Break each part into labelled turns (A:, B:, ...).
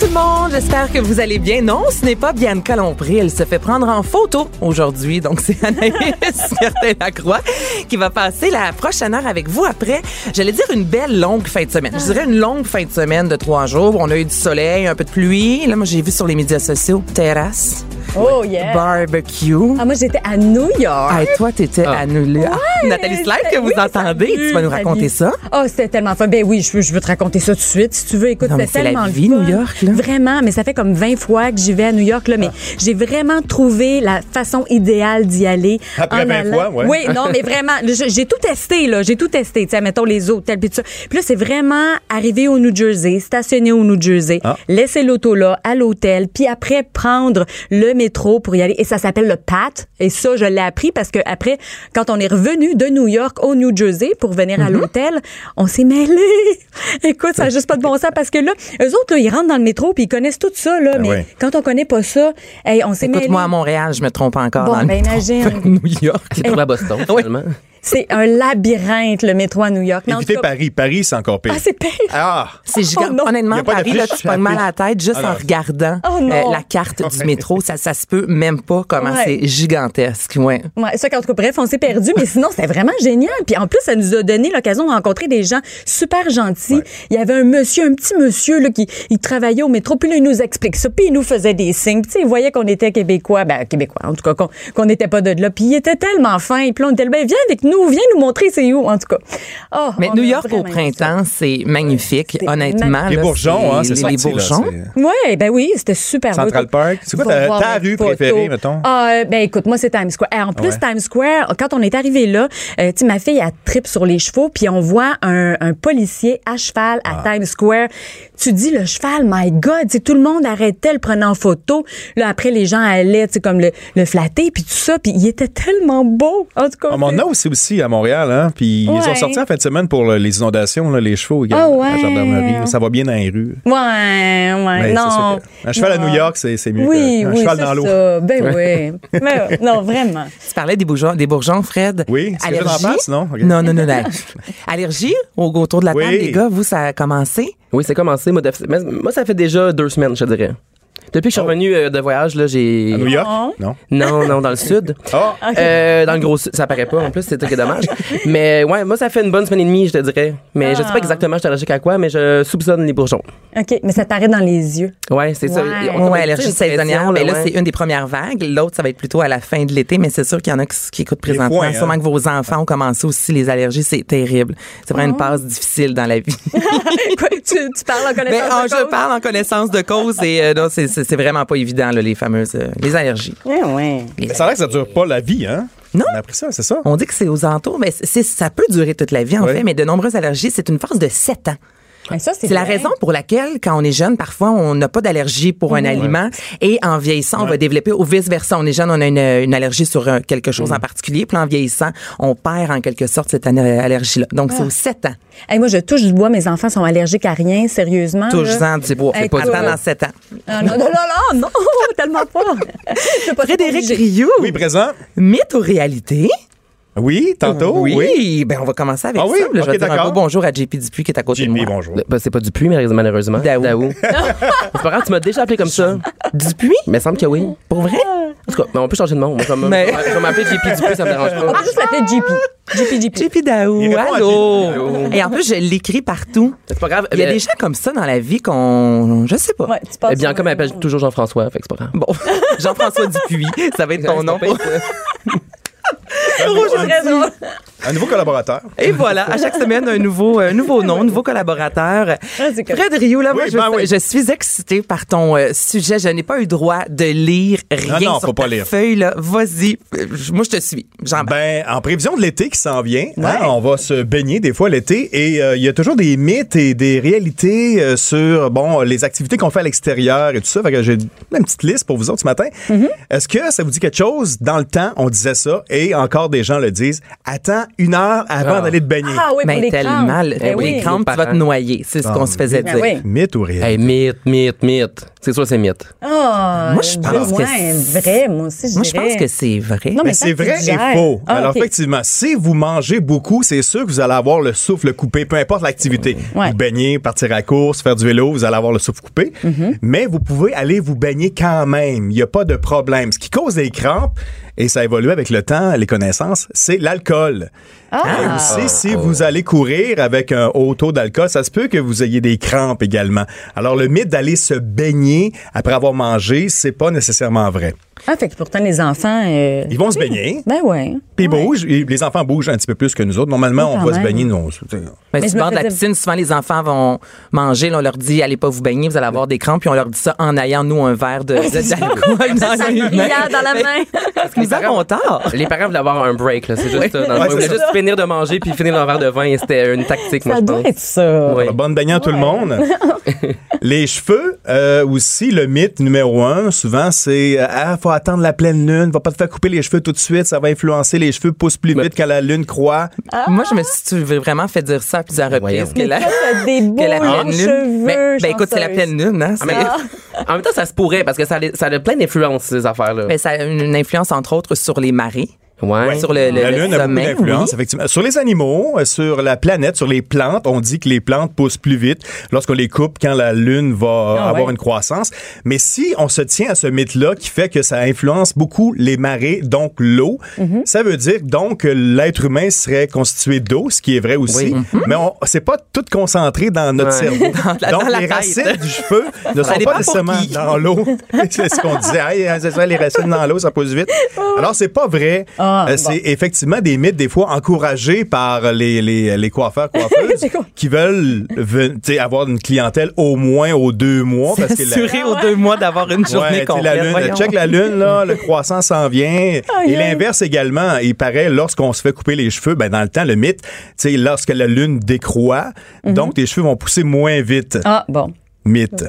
A: Tout le monde, j'espère que vous allez bien. Non, ce n'est pas Bianca Lompré. Elle se fait prendre en photo aujourd'hui. Donc, c'est Anaïs Gertin-Lacroix qui va passer la prochaine heure avec vous après. J'allais dire une belle longue fin de semaine. Je dirais une longue fin de semaine de trois jours. On a eu du soleil, un peu de pluie. Là, moi, j'ai vu sur les médias sociaux, terrasse,
B: Oh yeah!
A: barbecue.
B: Ah, moi, j'étais à New York.
A: Hey, toi, t'étais annulée. Ah, Nathalie Slide, que
B: c'est-
A: vous
B: oui,
A: entendez,
B: salut,
A: tu vas nous raconter
B: salut.
A: ça.
B: Oh, c'était tellement fun. Ben oui, je veux, je veux te raconter ça tout de suite, si tu veux. Écoute,
A: Non, mais
B: c'était
A: c'est la
B: tellement le
A: vie,
B: fun.
A: New York, là. Ah.
B: Vraiment, mais ça fait comme 20 fois que j'y vais à New York, là, mais j'ai vraiment trouvé la façon idéale d'y aller.
C: Après
B: en
C: 20
B: allant.
C: fois, ouais.
B: Oui, Eh, non, mais vraiment, je- j'ai tout testé, là. J'ai tout testé, tu sais, mettons les hôtels, puis tout ça. Puis là, c'est vraiment arrivé au New Jersey, stationner au New Jersey,
A: Ah.
B: laisser l'auto là, à l'hôtel, puis après prendre le métro pour y aller. Et ça s'appelle le PAT. Et ça, je l'ai appris parce que après, quand on est revenu de New York au New Jersey pour venir
A: Mhm.
B: à l'hôtel, on s'est mêlés. Écoute, ça n'a juste pas de bon sens parce que là, eux autres, là, ils rentrent dans le métro puis ils connaissent tout ça, là.
A: Ben
B: mais
C: oui.
B: quand on connaît pas ça, hey, on s'est mêlés.
A: Écoute-moi, à Montréal, je me trompe encore
B: Bon,
A: dans le
B: ben,
A: métro
B: imagine.
A: de New York.
D: C'est pour la Boston, finalement.
B: C'est un labyrinthe, le métro à New York. Mais en
C: Évitez
B: tout cas-
C: Paris. Paris, c'est encore pire.
B: Ah, c'est pire.
C: Ah!
A: C'est gigant.
B: Oh non.
C: Y
A: Honnêtement,
C: a pas
A: Paris, là,
C: d'affiche
A: tu pognes mal à la tête juste en regardant euh,
B: Oh non.
A: la carte du métro. Ça, ça se peut même pas comment
B: Ouais. Oh,
A: c'est gigantesque. Ouais.
B: Ouais, ça, en tout cas, bref, on s'est perdu, mais sinon, c'était vraiment génial. Puis en plus, ça nous a donné l'occasion de rencontrer des gens super gentils. Il y avait un monsieur, un petit monsieur, là, qui il travaillait au métro, puis là, il nous explique ça, puis il nous faisait des signes. Puis, tu sais, il voyait qu'on était Québécois, ben, Québécois, en tout cas, qu'on qu'on n'était pas de là. Puis il était tellement fin, puis là, on était, ben, viens avec nous, viens nous montrer c'est où, en tout cas. Oh,
A: Mais
B: on
A: New
B: a
A: York au
B: vraiment aimé ça.
A: printemps, c'est magnifique,
B: C'était
A: honnêtement.
C: Les
A: là,
C: bourgeons, hein, c'est
A: Les, les
C: sorti, là,
A: bourgeons.
C: c'est-
B: Oui, ben oui, c'était super beau.
C: Central Park. C'est quoi
B: Va
C: ta-
B: voir
C: ta
B: les
C: rue
B: photos.
C: préférée, mettons?
B: Ah, euh, ben écoute, moi, c'est Times Square. Et en plus,
C: Ouais.
B: Times Square, quand on est arrivé là, euh, tu sais, ma fille, elle tripe sur les chevaux, puis on voit un, un policier à cheval à
C: Ah.
B: Times Square. Tu dis, le cheval, my God, tu sais, tout le monde arrêtait, le prenait en photo. Là, après, les gens allaient, tu sais, comme le, le flatter, puis tout ça, puis il était tellement beau. En tout cas,
C: On en a aussi, aussi à Montréal, hein? Puis ils
B: Ouais.
C: sont sortis en fin de semaine pour euh, les inondations, là, les chevaux également,
B: Ah
C: à la
B: ouais.
C: gendarmerie. Ça va bien dans les rues.
B: Ouais, ouais,
C: Mais Ben, c'est
B: non.
C: sûr que un cheval
B: Non.
C: à New York, c'est c'est mieux.
B: Oui,
C: qu'un
B: oui,
C: cheval
B: c'est
C: dans l'eau.
B: ça. Ben oui. Mais, euh, non, vraiment.
A: Tu parlais des bourgeons, des bourgeons Fred.
C: Oui, est-ce que j'ai d'en
A: Allergie?
C: face, non? Ok.
A: Non, non, non, non. Allergie au, autour de la table,
C: Oui.
A: les gars, vous, ça a commencé?
D: Oui, c'est commencé. Moi, def- mais- moi, ça fait déjà deux semaines, je te dirais. Depuis que je suis revenu euh, de voyage, là, j'ai.
C: Oh. À New York? Non.
D: Non, non, dans le sud.
C: Ah!
D: Euh, dans le gros sud. Ça paraît pas, en plus, c'est ça qui est dommage. mais ouais, moi, ça fait une bonne semaine et demie, je te dirais. Mais je sais
A: Ah.
D: pas exactement, je suis allergique à quoi, mais je soupçonne les bourgeons.
B: OK, mais ça t'arrête dans les yeux.
D: Ouais, c'est ça.
B: Ouais.
D: Ils
B: Ouais,
D: ont comme
A: Oui,
D: une
A: allergie
D: petite pression,
A: saisonnière. Mais là,
D: ouais.
A: c'est une des premières vagues. L'autre, ça va être plutôt à la fin de l'été, mais c'est sûr qu'il y en a qui, qui écoutent
C: Les
A: présentement.
C: foins, hein.
A: Sûrement que vos enfants ont commencé aussi les allergies. C'est terrible. C'est vraiment une passe difficile dans la vie.
B: Quoi, tu, tu parles en
A: Mais
B: connaissance
A: en-
B: de
A: je
B: cause?
A: parle en connaissance de cause et euh, non, c'est- c'est c'est vraiment pas évident, là, les fameuses euh, les allergies.
B: Eh ouais.
C: Mais Ça a l'air que ça dure pas la vie, hein?
A: Non.
C: On a appris ça,
B: Oh.
C: c'est ça?
A: On dit que c'est aux alentours, mais c'est- c'est- ça peut durer toute la vie, en
C: Oui.
A: fait, mais de nombreuses allergies, c'est une phase de 7 ans.
B: Mais Ben, ça, c'est
A: C'est la
B: vrai.
A: raison pour laquelle, quand on est jeune, parfois, on n'a pas d'allergie pour un aliment. Et en vieillissant, on va développer, ou vice-versa, on est jeune, on a une, une allergie sur euh, quelque chose en particulier. Puis en vieillissant, on perd en quelque sorte cette an- allergie-là. Donc,
C: Ah.
A: c'est aux 7 ans.
B: Hey, moi, je touche du bois. Mes enfants sont allergiques à rien, sérieusement.
C: Ah,
B: là.
A: Touche-en du bois.
B: Hey,
A: C'est pas
B: toi.
A: Attends dans 7 ans.
B: Ah, non, non, non, non, non, tellement pas. Je veux pas
A: Frédéric
B: te corriger.
A: Rioux,
C: Oui, présent?
A: mythe ou réalité?
C: Oui, tantôt?
A: oui. ben on va commencer avec
C: Ah oui?
A: ça. Là, je
C: Ok,
A: vais dire un
C: d'accord.
A: beau bonjour à JP Dupuis qui est à côté de
C: JP,
A: moi.
C: bonjour.
D: Bah, c'est pas Dupuis, mais- malheureusement.
A: Daou.
D: c'est pas grave, tu m'as déjà appelé comme ça. Dupuis? Mais semble que oui.
A: Pour vrai?
D: En tout cas, ben, on peut changer de nom. Moi, comme,
A: Mais-
D: Je vais m'appeler JP Dupuis, ça me dérange
B: On
D: pas.
B: peut juste l'appeler JP. JP, JP.
A: JP Daou,
C: Il répond à
A: allô? Et en plus, je l'écris partout.
D: C'est pas grave. Euh,
A: Il y a
D: mais-
A: des gens comme ça dans la vie qu'on... Je sais pas.
B: Ouais, tu passes.
D: Eh bien, comme elle m'appelle toujours Jean-François, fait que c'est pas grave.
A: Bon, Jean-François Dupuis, ça va être ton nom.
B: Oh,
D: C'est pas pire, ça.
B: toujours.
C: Un nouveau collaborateur.
A: Et voilà, à chaque semaine, un nouveau, un nouveau nom, un nouveau collaborateur.
B: Ah, c'est correct.
A: Fred Rioux, là, moi,
C: Oui,
A: je,
C: ben oui.
A: je suis excitée par ton euh, sujet. Je n'ai pas eu droit de lire rien
C: non,
A: sur
C: faut pas
A: ta
C: lire.
A: feuille, là. Vas-y. Euh, je- Moi, je te suis. J'en
C: Ben, en prévision de l'été qui s'en vient, hein,
A: Ouais.
C: on va se baigner des fois l'été et euh, il y a toujours des mythes et des réalités euh, sur bon les activités qu'on fait à l'extérieur et tout ça. Fait que j'ai une petite liste pour vous autres ce matin. Est-ce que ça vous dit quelque chose Dans le temps, on disait ça et encore des gens le disent. Attends une heure avant
D: Ah.
C: d'aller te baigner.
B: Ah oui,
A: Ben,
B: pour les
A: tellement,
B: crampes.
A: le-
B: Ben
A: pour les
B: oui.
A: crampes, tu vas te noyer. C'est ce qu'on
C: Ah,
A: se faisait
B: Ben
A: dire.
B: oui.
C: Mythe ou réel
D: Hey, mythe, mythe, mythe. C'est sûr, c'est mythe.
B: Ah,
A: Moi, je pense que
B: ouais,
A: c'est-
B: vrai, moi aussi, je
A: Moi, je pense
B: dirais.
A: que c'est vrai.
B: Non,
C: Mais
B: mais
C: c'est
B: tant
C: vrai
B: que tu
C: et
B: digères.
C: faux.
B: Ah,
C: Alors,
B: ok.
C: effectivement, si vous mangez beaucoup, c'est sûr que vous allez avoir le souffle coupé, peu importe l'activité.
B: Ouais.
C: Vous baignez, partir à la course, faire du vélo, vous allez avoir le souffle coupé.
B: Mhm.
C: Mais vous pouvez aller vous baigner quand même. Il n'y a pas de problème. Ce qui cause des crampes, et ça évolue avec le temps, les connaissances, c'est l'alcool.
B: Ah!
C: Et aussi, si vous allez courir avec un haut taux d'alcool, ça se peut que vous ayez des crampes également. Alors, le mythe d'aller se baigner après avoir mangé, c'est pas nécessairement vrai.
B: Ah, fait que pourtant, les enfants. euh,
C: Ils vont se baigner.
B: Ben ouais.
C: Puis ils bougent, et les enfants bougent un petit peu plus que nous autres. Normalement,
B: Oui,
C: on
B: quand
C: va se
B: même.
C: baigner, nous. on se-
A: Ben,
B: Mais
A: sur
B: je
A: le
B: me
A: bord de la
B: faisais-
A: piscine, souvent les enfants vont manger, là, on leur dit allez pas vous baigner, vous allez avoir des crampes, puis on leur dit ça en ayant nous un verre de, de- d'alcool dans, la
B: Hier, dans la main.
A: Parce que nous avons
B: Ah.
A: tort.
D: Les parents voulaient avoir un break, là. C'est juste ça. Dans
C: Ouais,
D: le fond,
C: c'est
D: ils voulaient
C: ça.
D: juste finir de manger puis finir leur verre de vin. Et C'était une tactique, moi,
B: Ça
D: je
B: doit
D: pense.
B: être ça.
D: Oui.
C: Alors, bonne baignée à tout le monde. les cheveux, euh, aussi, le mythe numéro un, souvent, c'est euh, Ah, faut attendre la pleine lune, va pas te faire couper les cheveux tout de suite, ça va influencer, les cheveux poussent plus
D: Mais-
C: vite quand la lune croît.
B: Ah.
A: Moi, je me suis vraiment fait dire ça à plusieurs
D: Voyons.
A: reprises. Que la,
B: Toi, t'as des beaux
A: que la pleine
B: longs
A: lune.
B: cheveux.
A: ben, ben, écoute, c'est la
B: chanceuse.
A: pleine lune, hein?
D: Ah, mais- en même temps, ça se pourrait parce que ça, a- ça a plein d'influence, ces affaires-là.
A: Ben, ça a une une influence, entre autres, sur les marées. hein,
D: Ouais.
A: Sur le, le-
C: la
A: le
C: lune a beaucoup
A: sommeil,
C: d'influence,
A: oui.
C: effectivement. Sur les animaux, euh, sur la planète, sur les plantes, on dit que les plantes poussent plus vite lorsqu'on les coupe quand la lune va
A: Ah
C: avoir
B: ouais.
C: une croissance. Mais si on se tient à ce mythe-là qui fait que ça influence beaucoup les marées, donc l'eau,
A: Mhm.
C: ça veut dire donc que l'être humain serait constitué d'eau, ce qui est vrai aussi.
D: Oui.
C: Mais on, c'est pas tout concentré dans notre
D: Ouais.
C: cerveau.
A: la-
C: donc
A: Mhm. dans la
C: les
A: tête.
C: racines du cheveu ne sont
A: dépend
C: pas
A: pour
C: nécessairement
A: qui.
C: dans l'eau. c'est ce qu'on disait. Hey, hein, c'est ça, les racines dans l'eau, ça pousse vite. Alors, c'est pas vrai.
B: Ah,
C: Euh, c'est effectivement des mythes, des fois, encouragés par les, les, les coiffeurs, coiffeuses,
B: C'est quoi?
C: qui veulent ve- tu sais, avoir une clientèle au moins aux deux mois. Parce que la-
B: Ah,
A: Assuré aux deux mois d'avoir une
C: Ouais,
A: journée
C: tu sais,
A: complète.
C: la lune,
A: voyons.
C: check la lune, là, le croissant s'en vient.
B: Aïe,
C: Et l'inverse également, il paraît, lorsqu'on se fait couper les cheveux, ben, dans le temps, le mythe, tu sais, lorsque la lune décroît, donc tes cheveux vont pousser moins vite.
B: Ah, bon.
C: Mythe.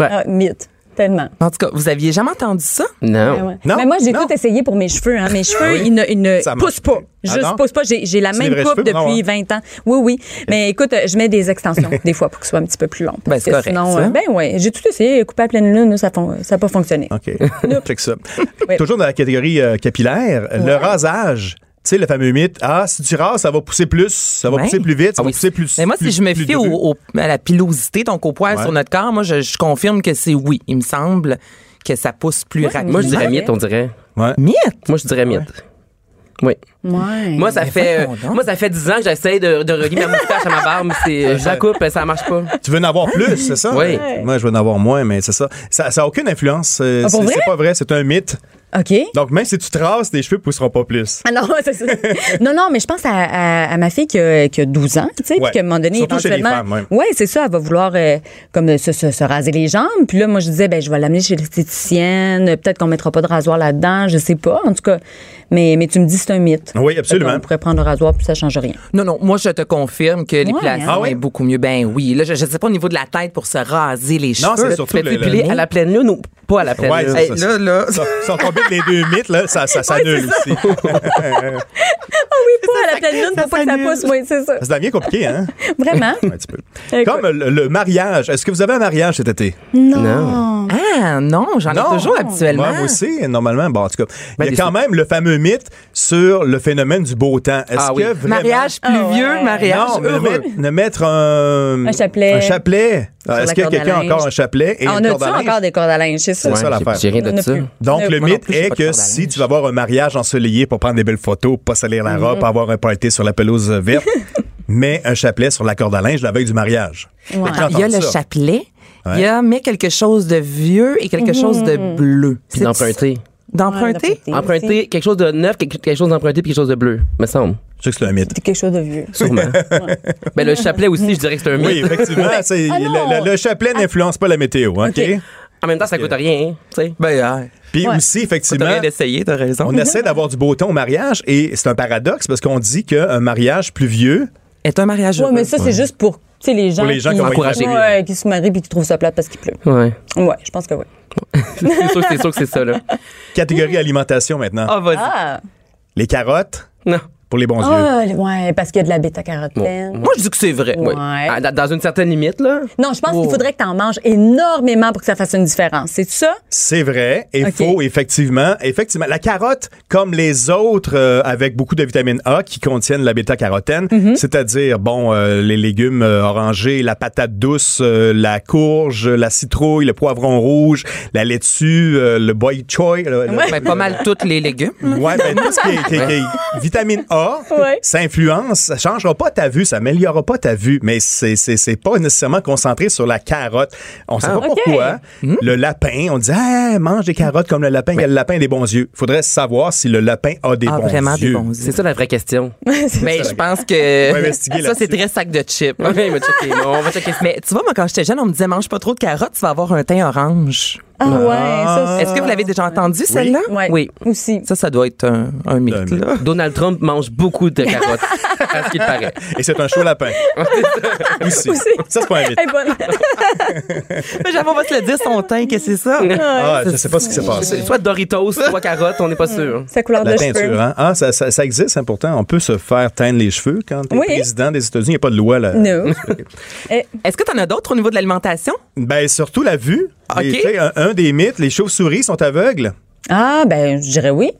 B: Ah, mythe. Tellement.
A: En tout cas, vous aviez jamais entendu ça?
B: Ah
D: Non.
B: ouais.
C: Non,
B: mais moi, j'ai
C: non.
B: tout essayé pour mes cheveux. hein. Mes cheveux, ils ne, ils ne
C: Ça marche
B: poussent pas.
C: plus. Ah
B: Juste
C: non?
B: poussent pas. J'ai j'ai la
C: C'est des
B: même
C: vrais
B: coupe
C: cheveux, non,
B: depuis 20 ans. Oui, oui. Mais écoute, euh, je mets des extensions des fois pour que ce soit un petit peu plus long. Parce
A: c'est
B: que
A: correct,
B: sinon,
A: ça.
B: euh, ben oui, j'ai tout essayé. Couper à pleine lune, là, ça n'a pas fonctionné.
C: OK. Check ça. Toujours dans la catégorie euh, capillaire, le rasage. Tu sais, le fameux mythe, ah, si tu rases, ça va pousser plus, ça va
A: Ouais.
C: pousser plus vite, ça
A: Ah
C: va
A: oui.
C: pousser plus.
A: Mais moi, si
C: plus-
A: je me
C: plus
A: fie
C: dru.
A: au, au- à la pilosité, donc au poil
C: Ouais.
A: sur notre corps, moi, je, je confirme que c'est oui. Il me semble que ça pousse plus rapidement.
D: Moi, je dirais mythe, on dirait.
C: Ouais.
A: Miette!
D: Moi, je dirais mythe. Oui.
B: Ouais.
D: Moi, ça fait, euh,
A: voyons donc.
D: moi, ça fait 10 ans que j'essaie de, de relier ma moustache à ma barbe. mais c'est- Je la coupe, ça marche pas.
C: Tu veux en
A: Ah.
C: avoir plus, c'est ça?
D: Oui.
C: Moi, je veux en avoir moins, mais c'est ça. Ça n'a aucune influence. euh,
B: Ah, pour
C: c'est
B: vrai?
C: c'est pas vrai, c'est un mythe.
B: OK.
C: Donc, même si tu te rases, tes cheveux pousseront pas plus.
B: Ah non, c'est ça. non, non, mais je pense à, à- à ma fille qui a, qui a 12 ans, tu sais,
C: Ouais.
B: puis qu'à un moment donné,
C: Surtout chez les
B: éventuellement.
C: femmes,
B: ouais, c'est ça, elle va vouloir euh, comme euh, se, se- se raser les jambes. Puis là, moi, je disais, ben, je vais l'amener chez l'esthéticienne. euh, Peut-être qu'on mettra pas de rasoir là-dedans, je sais pas, en tout cas. Mais, mais tu me dis, c'est un mythe.
C: Oui, absolument.
B: On pourrait prendre le rasoir, puis ça change rien.
A: Non, non, moi, je te confirme que l'épilation
B: hein? Ah
C: oui?
A: est beaucoup mieux. Ben oui. Là, je, je sais pas au niveau de la tête pour se raser les cheveux.
C: Non, c'est
A: là,
C: surtout
A: tu fais
C: le-
A: épiler
C: le-
A: à la pleine lune ou pas à la pleine
C: Ouais,
A: lune.
C: c'est
A: Hey, là,
C: ça, c'est-
A: là,
C: Ça, si on combine les deux mythes, là, ça, ça s'annule aussi.
B: Pas à la pleine lune pour pas que ça pousse, oui, c'est ça.
C: Ça devient compliqué, hein?
B: Vraiment?
C: Un petit peu.
B: Écoute.
C: Comme le, le mariage. Est-ce que vous avez un mariage cet été?
B: Non.
A: Ah non, j'en ai toujours habituellement.
C: Ouais, moi aussi, normalement. Bon, en tout cas,
D: Ben,
C: il
D: des
C: y a quand même le fameux mythe sur le phénomène du beau temps. Est-ce
D: Ah
C: que
D: oui.
C: vraiment...
A: Mariage pluvieux,
B: Ah ouais.
A: mariage
C: Non, ne
A: heureux.
C: mettre, ne mettre un...
B: Un chapelet.
C: Un chapelet.
B: Sur
C: Est-ce
B: la
C: que
B: corde à
C: quelqu'un a
B: linge.
C: encore un chapelet et
B: Ah, on
C: une
B: a-tu
C: corde à linge?
B: encore des cordes à linge, c'est ça?
C: C'est ça l'affaire.
D: J'ai rien
B: On
D: de
B: a
D: ça.
B: plus.
C: Donc,
B: Non,
C: le
B: moi non
C: mythe
A: plus, j'ai pas
C: est
A: de
C: que
A: corde à
C: si
A: linge.
C: tu vas avoir un mariage ensoleillé pour prendre des belles photos, pas salir
B: Mhm.
C: la robe, pas avoir un party sur la pelouse verte, mets un chapelet sur la corde à linge la veille du mariage. Fait que
A: Il y a
C: j'entends
A: le
C: ça.
A: chapelet. Il y a mais quelque chose de vieux et quelque chose de bleu.
D: Puis d'emprunter.
A: D'emprunter?
B: Mhm. Ouais, d'emprunter.
D: Emprunter quelque chose de neuf, quelque quelque chose d'emprunté puis quelque chose de bleu, me semble.
C: Je sais que c'est un mythe.
B: C'est quelque chose de vieux.
D: Sûrement. Ben, le chapelet aussi, je dirais que c'est un mythe.
C: Oui, effectivement. c'est-
B: ah
C: le-
B: non.
C: le, le chapelet n'influence pas la météo, OK?
B: OK.
D: En même temps, ça coûte rien, hein, tu sais.
A: Ben,
C: Puis
B: Ouais.
C: aussi,
D: T'as
C: effectivement,
D: rien d'essayer, t'as raison.
C: on essaie d'avoir du beau temps au mariage et c'est un paradoxe parce qu'on dit qu'un mariage pluvieux,
A: est un mariage
B: Oui,
A: heureux.
B: mais ça, c'est juste pour tu sais, les gens,
C: Pour les gens qui ont
D: encouragé.
B: Ouais, qui se marient puis qui trouvent ça plate parce qu'il pleut.
D: Ouais.
B: Ouais, je pense que oui.
D: c'est sûr, c'est sûr que c'est ça, là.
C: catégorie alimentation maintenant.
D: Ah, vas-y.
B: Ah,
C: Les carottes
D: Non.
C: pour les bons yeux.
B: ah ouais, parce qu'il y a de la bêta-carotène.
D: Bon.
A: Moi, je dis que c'est vrai.
D: Oui.
B: Euh, Ouais.
D: Ah, dans- Dans une certaine limite, là.
B: Non, je pense
D: Oh.
B: qu'il faudrait que tu en manges énormément pour que ça fasse une différence. C'est ça?
C: C'est vrai et
B: OK.
C: faux, effectivement. Effectivement, la carotte, comme les autres euh, avec beaucoup de vitamine A qui contiennent la bêta-carotène, c'est-à-dire, bon, euh, les légumes euh, orangés, la patate douce, euh, la courge, la citrouille, le poivron rouge, la laitue, euh, le boy choy. le- le-
A: Ben, pas mal toutes les légumes.
C: Ouais, ben, tout ce qui est, qui est- qui est vitamine A,
B: Ouais.
C: ça influence, ça changera pas ta vue, ça améliorera pas ta vue, mais c'est, c'est, c'est pas nécessairement concentré sur la carotte. On sait pas
B: OK.
C: pourquoi. Le lapin, on dit, ah, mange des carottes comme le lapin, il y a le lapin a des bons yeux. Faudrait savoir si le lapin a des
A: Ah,
C: bons
A: vraiment
C: yeux.
A: des bons yeux.
D: C'est ça la vraie question.
A: Mais je pense que
C: va investiguer
A: ça, c'est
C: là-dessus.
A: très sac de chips.
D: OK, mais checker. On va checker.
A: Mais tu vois, moi, quand j'étais jeune, on me disait mange pas trop de carottes, tu vas avoir un teint orange.
B: Ah ouais, ça,
A: Est-ce que vous l'avez déjà entendu,
C: Euh,
A: celle-là?
B: Ouais.
A: Oui.
B: Aussi.
A: Ça, ça doit être un, un mythe, là.
D: Donald Trump mange beaucoup de carottes, à ce qu'il paraît.
C: Et c'est un chaud lapin. Aussi. Ça, c'est pas un mythe.
B: Eh, bonne.
A: Mais j'avoue, on va se le dire, son teint, que c'est ça.
C: Ah, je sais pas ce qui s'est passé.
D: C'est soit Doritos, soit carottes, on n'est pas sûr.
B: Sa couleur
C: La
B: de
C: teinture,
B: cheveux.
C: hein? Ah, ça, ça, ça existe, hein, pourtant. On peut se faire teindre les cheveux quand t'es
B: Oui.
C: président des États-Unis. Il n'y a pas de loi, là.
B: Non.
A: Est-ce que t'en as d'autres au niveau de l'alimentation?
C: Ben, surtout la vue.
A: Ok.
C: Les- tu sais, un, un des mythes, les chauves-souris sont aveugles.
B: Ah, ben, je dirais oui.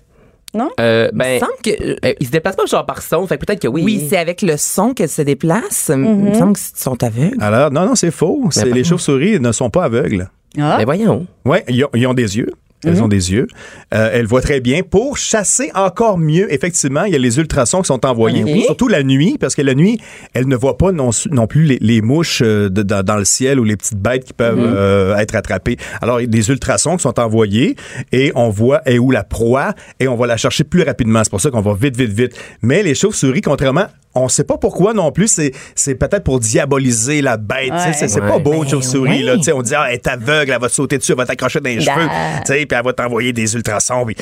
D: Euh,
A: Il me
D: ben,
A: semble que.
D: euh, il se déplace pas genre par son, fait que peut-être que oui.
A: Oui, c'est avec le son qu'elles se déplacent. Il me
C: Mm-hmm.
A: semble qu'ils sont aveugles.
C: Alors, non, non, c'est faux. C'est- les chauves-souris ne sont pas aveugles.
B: Ah.
D: Mais Ben,
C: Ben
D: voyons.
C: Oui, ils, ont- ils ont des yeux. Elles ont des yeux. Euh, elles voient très bien. Pour chasser encore mieux, effectivement, il y a les ultrasons qui sont envoyés,
B: Ok.
C: surtout la nuit, parce que la nuit, elles ne voient pas non, su- non plus les, les mouches euh, de- dans, dans le ciel ou les petites bêtes qui peuvent euh, être attrapées. Alors, il y a des ultrasons qui sont envoyés et on voit est où la proie et on va la chercher plus rapidement. C'est pour ça qu'on va vite, vite, vite. Mais les chauves-souris, contrairement, on ne sait pas pourquoi non plus, c'est c'est peut-être pour diaboliser la bête. tu sais,
B: Ouais.
C: C'est c'est pas
D: Ouais.
C: beau, une chauve-souris.
A: ouais. Ben
C: là, tu sais, on dit, ah, elle est aveugle, elle va te sauter dessus, elle va t'accrocher
A: Ben.
C: dans les cheveux, tu sais, puis elle va t'envoyer des ultrasons. puis-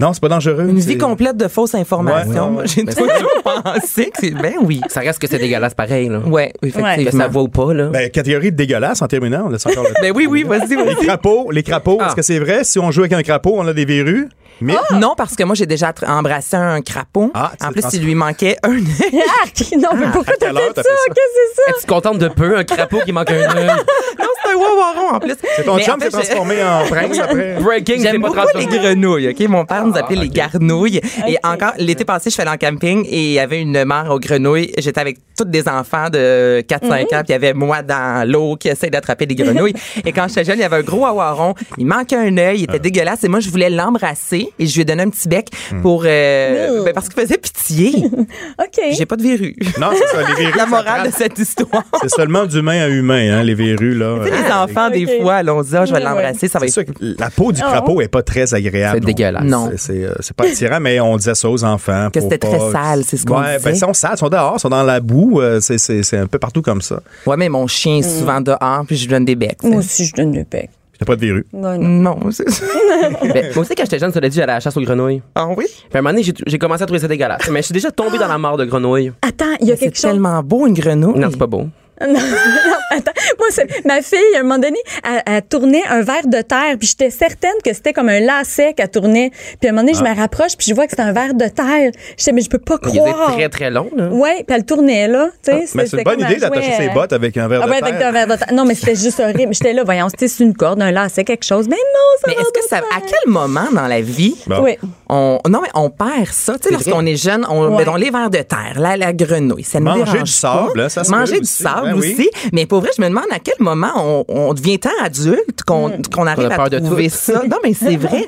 C: Non, c'est pas dangereux.
A: Une
C: Ah, c'est-
A: vie complète de fausses informations.
C: Ouais.
A: J'ai toujours pensé que c'est. Ben oui.
D: Ça reste que c'est dégueulasse pareil, là.
A: Ouais,
D: Que
A: effectivement.
D: ça voit ou pas, là.
C: Ben, catégorie de dégueulasse en terminant, on laisse encore le temps.
A: Ben oui, oui, vas-y,
C: Les
A: vas-y.
C: crapauds, les crapauds,
D: Ah.
C: est-ce que c'est vrai? Si on joue avec un crapaud, on a des verrues. Mais
A: Non, parce que moi, j'ai déjà attra- embrassé un crapaud.
C: Ah, tu
A: en
C: l'as
A: plus, il
C: transformé.
A: lui manquait un œil.
B: Arc! Ah, Non, mais pourquoi
C: Ah, à
B: t'as
C: quelle heure
B: fait
C: t'as
B: ça?
C: fait
B: Qu'est-ce
C: ça?
B: que c'est ça?
D: Tu te contentes de peu, un crapaud qui manque un œil.
A: Non, c'est un wawaron, en plus.
C: c'est ton
A: Mais
C: chum
A: en
C: qui
A: fait,
C: s'est
A: j'ai-
C: transformé en prince après.
D: Breaking, c'est
A: J'aime
D: pas
A: beaucoup les
D: transformé.
A: grenouilles, OK? Mon père nous
C: Ah,
A: appelait les garnouilles. Et encore, l'été passé, je suis allée en camping et il y avait une mare aux grenouilles. J'étais avec toutes des enfants de 4-5 ans, puis il y avait moi dans l'eau qui essaye d'attraper des grenouilles. et quand j'étais jeune, il y avait un gros awaron. Il manquait un œil, il
C: Ah.
A: était dégueulasse. Et moi, je voulais l'embrasser et je lui ai donné un petit bec
C: Hmm.
A: pour... euh, ben, parce qu'il faisait pitié. Puis J'ai
B: OK.
A: pas de verrue.
C: Non, c'est ça, les verrues.
A: La
C: ça
A: morale de
C: attrape.
A: cette histoire.
C: C'est seulement d'humain à humain, hein, les verrues, là.
A: Tu sais,
C: Euh,
A: les enfants, des
B: Ah, Ok.
A: fois, allons dire, je vais
B: Ouais,
A: l'embrasser, ça va
C: C'est
A: être
C: sûr que la peau du crapaud est pas très agréable.
D: C'est dégueulasse.
A: Ah, oh. Non.
C: C'est- C'est euh, c'est pas attirant, mais on disait ça aux enfants.
A: Que
C: pour
A: c'était très
C: pas-
A: sale, c'est ce qu'on disait.
C: ouais, Ben, ils sont sales, ils sont dehors, ils sont dans la boue. euh, c'est- c'est c'est un peu partout comme ça.
A: Ouais, mais mon chien est souvent dehors, puis je lui donne des becs. tu sais.
B: Mm. Moi aussi, je donne le bec.
C: J'ai pas de verrues.
B: Non, non.
A: Non, c'est ça.
D: Ben, moi aussi, quand j'étais jeune, cela dit, j'allais à la chasse aux grenouilles.
A: Ah oui?
D: Puis à un moment donné, j'ai- j'ai commencé à trouver ça dégueulasse. Mais je suis déjà tombé dans la mort de grenouilles.
B: Attends, il y a
A: C'est
B: quelque chose.
A: tellement beau, une grenouille.
D: Non, c'est pas beau.
B: Attends, moi, c'est- ma fille, à un moment donné, elle, elle tournait un verre de terre, puis j'étais certaine que c'était comme un lacet qu'elle tournait. Puis à un moment donné,
C: Ah.
B: je me rapproche, puis je vois que c'était un verre de terre. Je mais je peux pas
D: Il était
B: croire.
D: très, très long, là.
B: Ouais, puis elle tournait, là. Tu sais,
C: Ah, Mais
B: c'était
C: c'est une bonne
B: comme
C: idée
B: elle jouait,
C: d'attacher ses
B: euh,
C: bottes avec un verre
B: Ah
C: de
B: ouais,
C: terre.
B: avec un verre de terre. Non, mais c'était juste horrible. J'étais là, voyons, c'était sur une corde, un lacet, quelque chose. Mais non, ça
A: Mais est-ce que ça, à quel moment dans la vie,
C: Bon.
B: Oui.
A: on, non, mais on perd ça? Tu sais, lorsqu'on est jeune, on,
B: Ouais.
A: mettons, les vers de terre, la, la grenouille, ça nous
C: Manger
A: dérange
C: du sable,
A: pas.
C: hein, ça se
A: Manger
C: peut
A: du
C: aussi,
A: sable
C: ben oui.
A: aussi. Mais pour vrai, je me demande à quel moment on, on devient tant adulte qu'on
C: Hmm.
A: qu'on arrive
D: a peur
A: à
D: de
A: trouver
D: tout.
A: ça. Non, mais c'est vrai.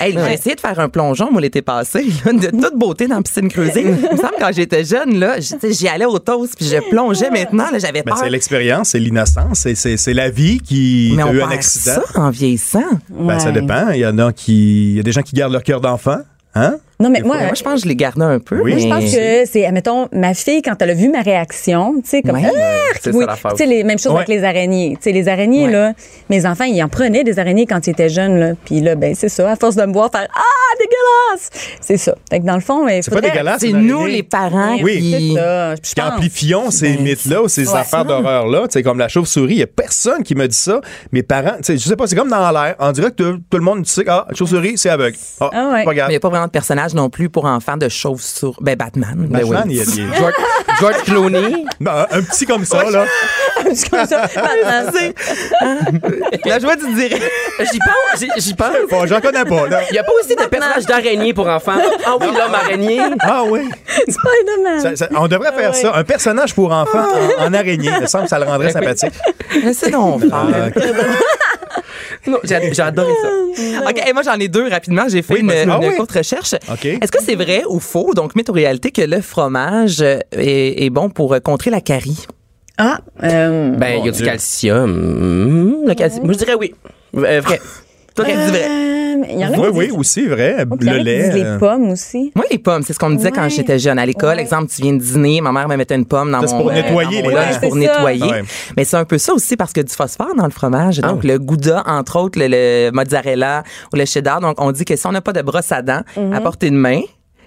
A: Hey, J'ai essayé de faire un plongeon, moi, l'été passé, là, de toute beauté dans la piscine creusée. Il me semble quand j'étais jeune, là, j- tu sais, j'y allais au toast, puis je plongeais maintenant, là, j'avais
C: Ben,
A: peur.
C: c'est l'expérience, c'est l'innocence, c'est- c'est c'est la vie qui
A: Ah. mais
C: a
A: on
C: eu un
A: perd
C: accident.
A: ça en vieillissant.
C: Ben, ça dépend. Il y en a qui. Il y a des gens qui gardent leur cœur d'enfant. Hein?
B: Non, mais moi,
A: Moi, je pense que je les gardais un peu.
C: Oui,
B: Moi,
A: mais-
B: je pense que c'est, admettons, ma fille, quand elle a vu ma réaction, tu sais, comme,
A: Ouais.
B: Ah,
D: C'est
B: oui.
D: ça, l'affaire
B: Tu sais, les mêmes choses
C: Ouais.
B: avec les araignées. Tu sais, les araignées,
A: Ouais.
B: là, mes enfants, ils en prenaient des araignées quand ils étaient jeunes, là. Puis là, ben, c'est ça, à force de me voir faire, ah, dégueulasse! C'est ça. Fait que dans le fond, il
C: C'est pas
B: faudrait- Ah,
C: dégueulasse.
A: C'est
C: une
A: nous,
C: araignée.
A: les parents,
C: Oui.
A: qui...
B: C'est ça, je
C: Qui
B: pense.
C: amplifions ces mythes-là ou ces affaires d'horreur-là. Tu sais, comme la chauve-souris, il n'y a personne qui me dit ça. Mes parents, tu sais, je sais pas, c'est comme dans l'air. En direct, tout tout le monde sait que ah, chauve-souris, c'est aveugle. Ah,
B: Ah ouais.
C: pas grave.
A: Mais il n'y a pas vraiment de personnage non plus pour enfants de chauve-souris. Ben, Batman. Ben
C: Batman,
A: oui.
C: il y a des-
D: George, George Clooney.
C: Ben, un petit comme ça, là.
B: C'est comme ça. Maintenant, c'est-
A: La joie du direct.
D: J'y pense. j'y- J'y pense.
C: Bon, j'en connais pas, là.
D: Il y a pas aussi de personnage d'araignée pour enfants. Ah oui, l'homme araignée.
C: Ah oui.
B: Spider-Man.
C: Ça- ça- on devrait faire ça. Un personnage pour enfants en, en araignée. Il me semble que ça le rendrait sympathique.
A: Laissez donc faire.
C: Ah, ok.
D: Non, j'ai j'ai adoré ça.
A: OK, et moi j'en ai deux rapidement. J'ai fait
C: Oui,
A: une,
C: vas-y.
A: une
C: Ah oui?
A: courte recherche.
C: OK.
A: Est-ce que c'est vrai ou faux, donc mythe ou réalité, que le fromage euh, est, est bon pour euh, contrer la carie?
B: Ah, euh,
D: Ben, il y a du
C: Dieu.
D: calcium. Mmh, le calcium. Moi, je dirais oui. Euh, vrai. Toi, t'as dit vrai.
B: euh, il y en a
C: Oui,
B: qui
C: oui,
B: disent-
C: aussi, vrai.
B: Oh, puis il y en a
C: Le
B: qui
C: lait.
B: disent les
C: euh,
B: pommes aussi.
A: Moi, les pommes, c'est ce qu'on me disait
B: Ouais.
A: quand j'étais jeune à l'école.
B: Ouais.
A: Exemple, tu viens de dîner, ma mère me mettait une pomme dans
C: Ça,
A: mon,
C: c'est pour
A: euh,
C: nettoyer
A: dans mon
C: les
A: lunch
C: dents.
A: pour
B: C'est ça.
A: nettoyer.
C: Ouais. Ah
A: Mais c'est un peu ça aussi parce que du phosphore dans le fromage. Donc, le gouda, entre autres, le, le mozzarella ou le cheddar. Donc, on dit que si on n'a pas de brosse à dents
B: Mhm.
A: à portée de main,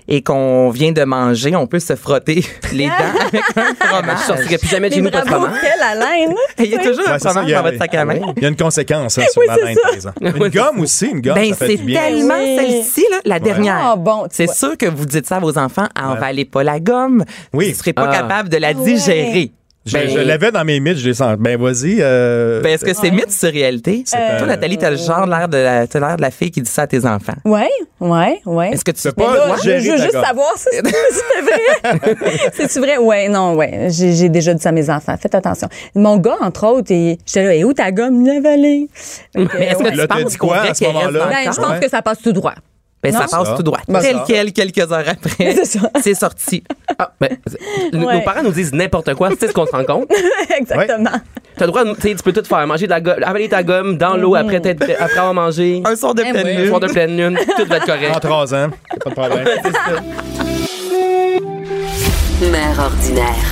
A: et qu'on vient de manger, on peut se frotter les dents avec un
D: Je
B: Ah,
A: fromage.
D: sortirai plus jamais de chez
B: Mais
D: nous pas de
B: bravo,
D: fromage.
B: quelle haleine!
A: Il y a toujours un
C: ouais, c'est ça,
A: fromage
C: il y a- Ah
A: dans votre sac à main.
C: Il y a une conséquence hein, sur
B: Oui,
C: la
B: c'est
C: main,
B: ça.
C: par exemple. Une gomme aussi, une gomme,
A: Ben,
C: ça fait
A: c'est
C: du bien.
A: tellement
B: Oui.
A: celle-ci, là, la dernière.
B: Ah, bon, tu
A: c'est
B: vois.
A: sûr que vous dites ça à vos enfants, envalez pas la gomme.
C: Oui.
A: Vous serez pas
D: Ah.
A: capable de la
B: ouais.
A: digérer.
C: Je,
D: Ben-
C: je l'avais dans mes mythes, je les sens. Ben, vas-y. euh,
A: Ben, est-ce que c'est mythe ou c'est réalité?
C: Euh,
A: Toi, Nathalie, t'as le genre l'air de la, t'as l'air de la fille qui dit ça à tes enfants.
B: Ouais, ouais, ouais.
A: Est-ce que tu
C: C'est
A: Mais
C: pas-
A: là,
B: Ben Là, je,
C: gérer
B: je veux
C: ta
B: juste
C: gomme.
B: savoir si c'est si c'est vrai. C'est-tu vrai? Ouais, non, ouais. J'ai j'ai déjà dit ça à mes enfants. Faites attention. Mon gars, entre autres, il- j'étais là, et où ta gomme? Il l'a avalée.
A: Mais est-ce que
C: Là,
A: tu
C: t'as
A: penses
C: dit
A: qu'on
C: quoi
A: vrai
C: à ce
A: qu'elle reste
C: moment-là?
A: dans le
B: Ben, je
A: corps?
B: pense
C: Ouais.
B: que ça passe tout droit.
A: Ben, ça
B: Non.
A: passe
C: Ça.
A: tout droit.
C: Ben,
A: Tel
C: ça.
A: quel, quelques heures après,
B: C'est ça.
A: c'est sorti.
D: Ah, ben, nos-
B: Ouais.
D: Nos parents nous disent n'importe quoi, c'est ce qu'on se rend compte.
B: Exactement.
D: T'as le droit, de- tu sais, tu peux tout faire. Manger de la gomme, avaler ta gomme dans l'eau après, t'être- après avoir mangé.
A: Un son de
B: Eh
A: pleine
B: oui.
A: lune.
D: soir de pleine lune, tout va être
C: En
D: correct.
C: trois ans, pas de problème.
E: Mère ordinaire.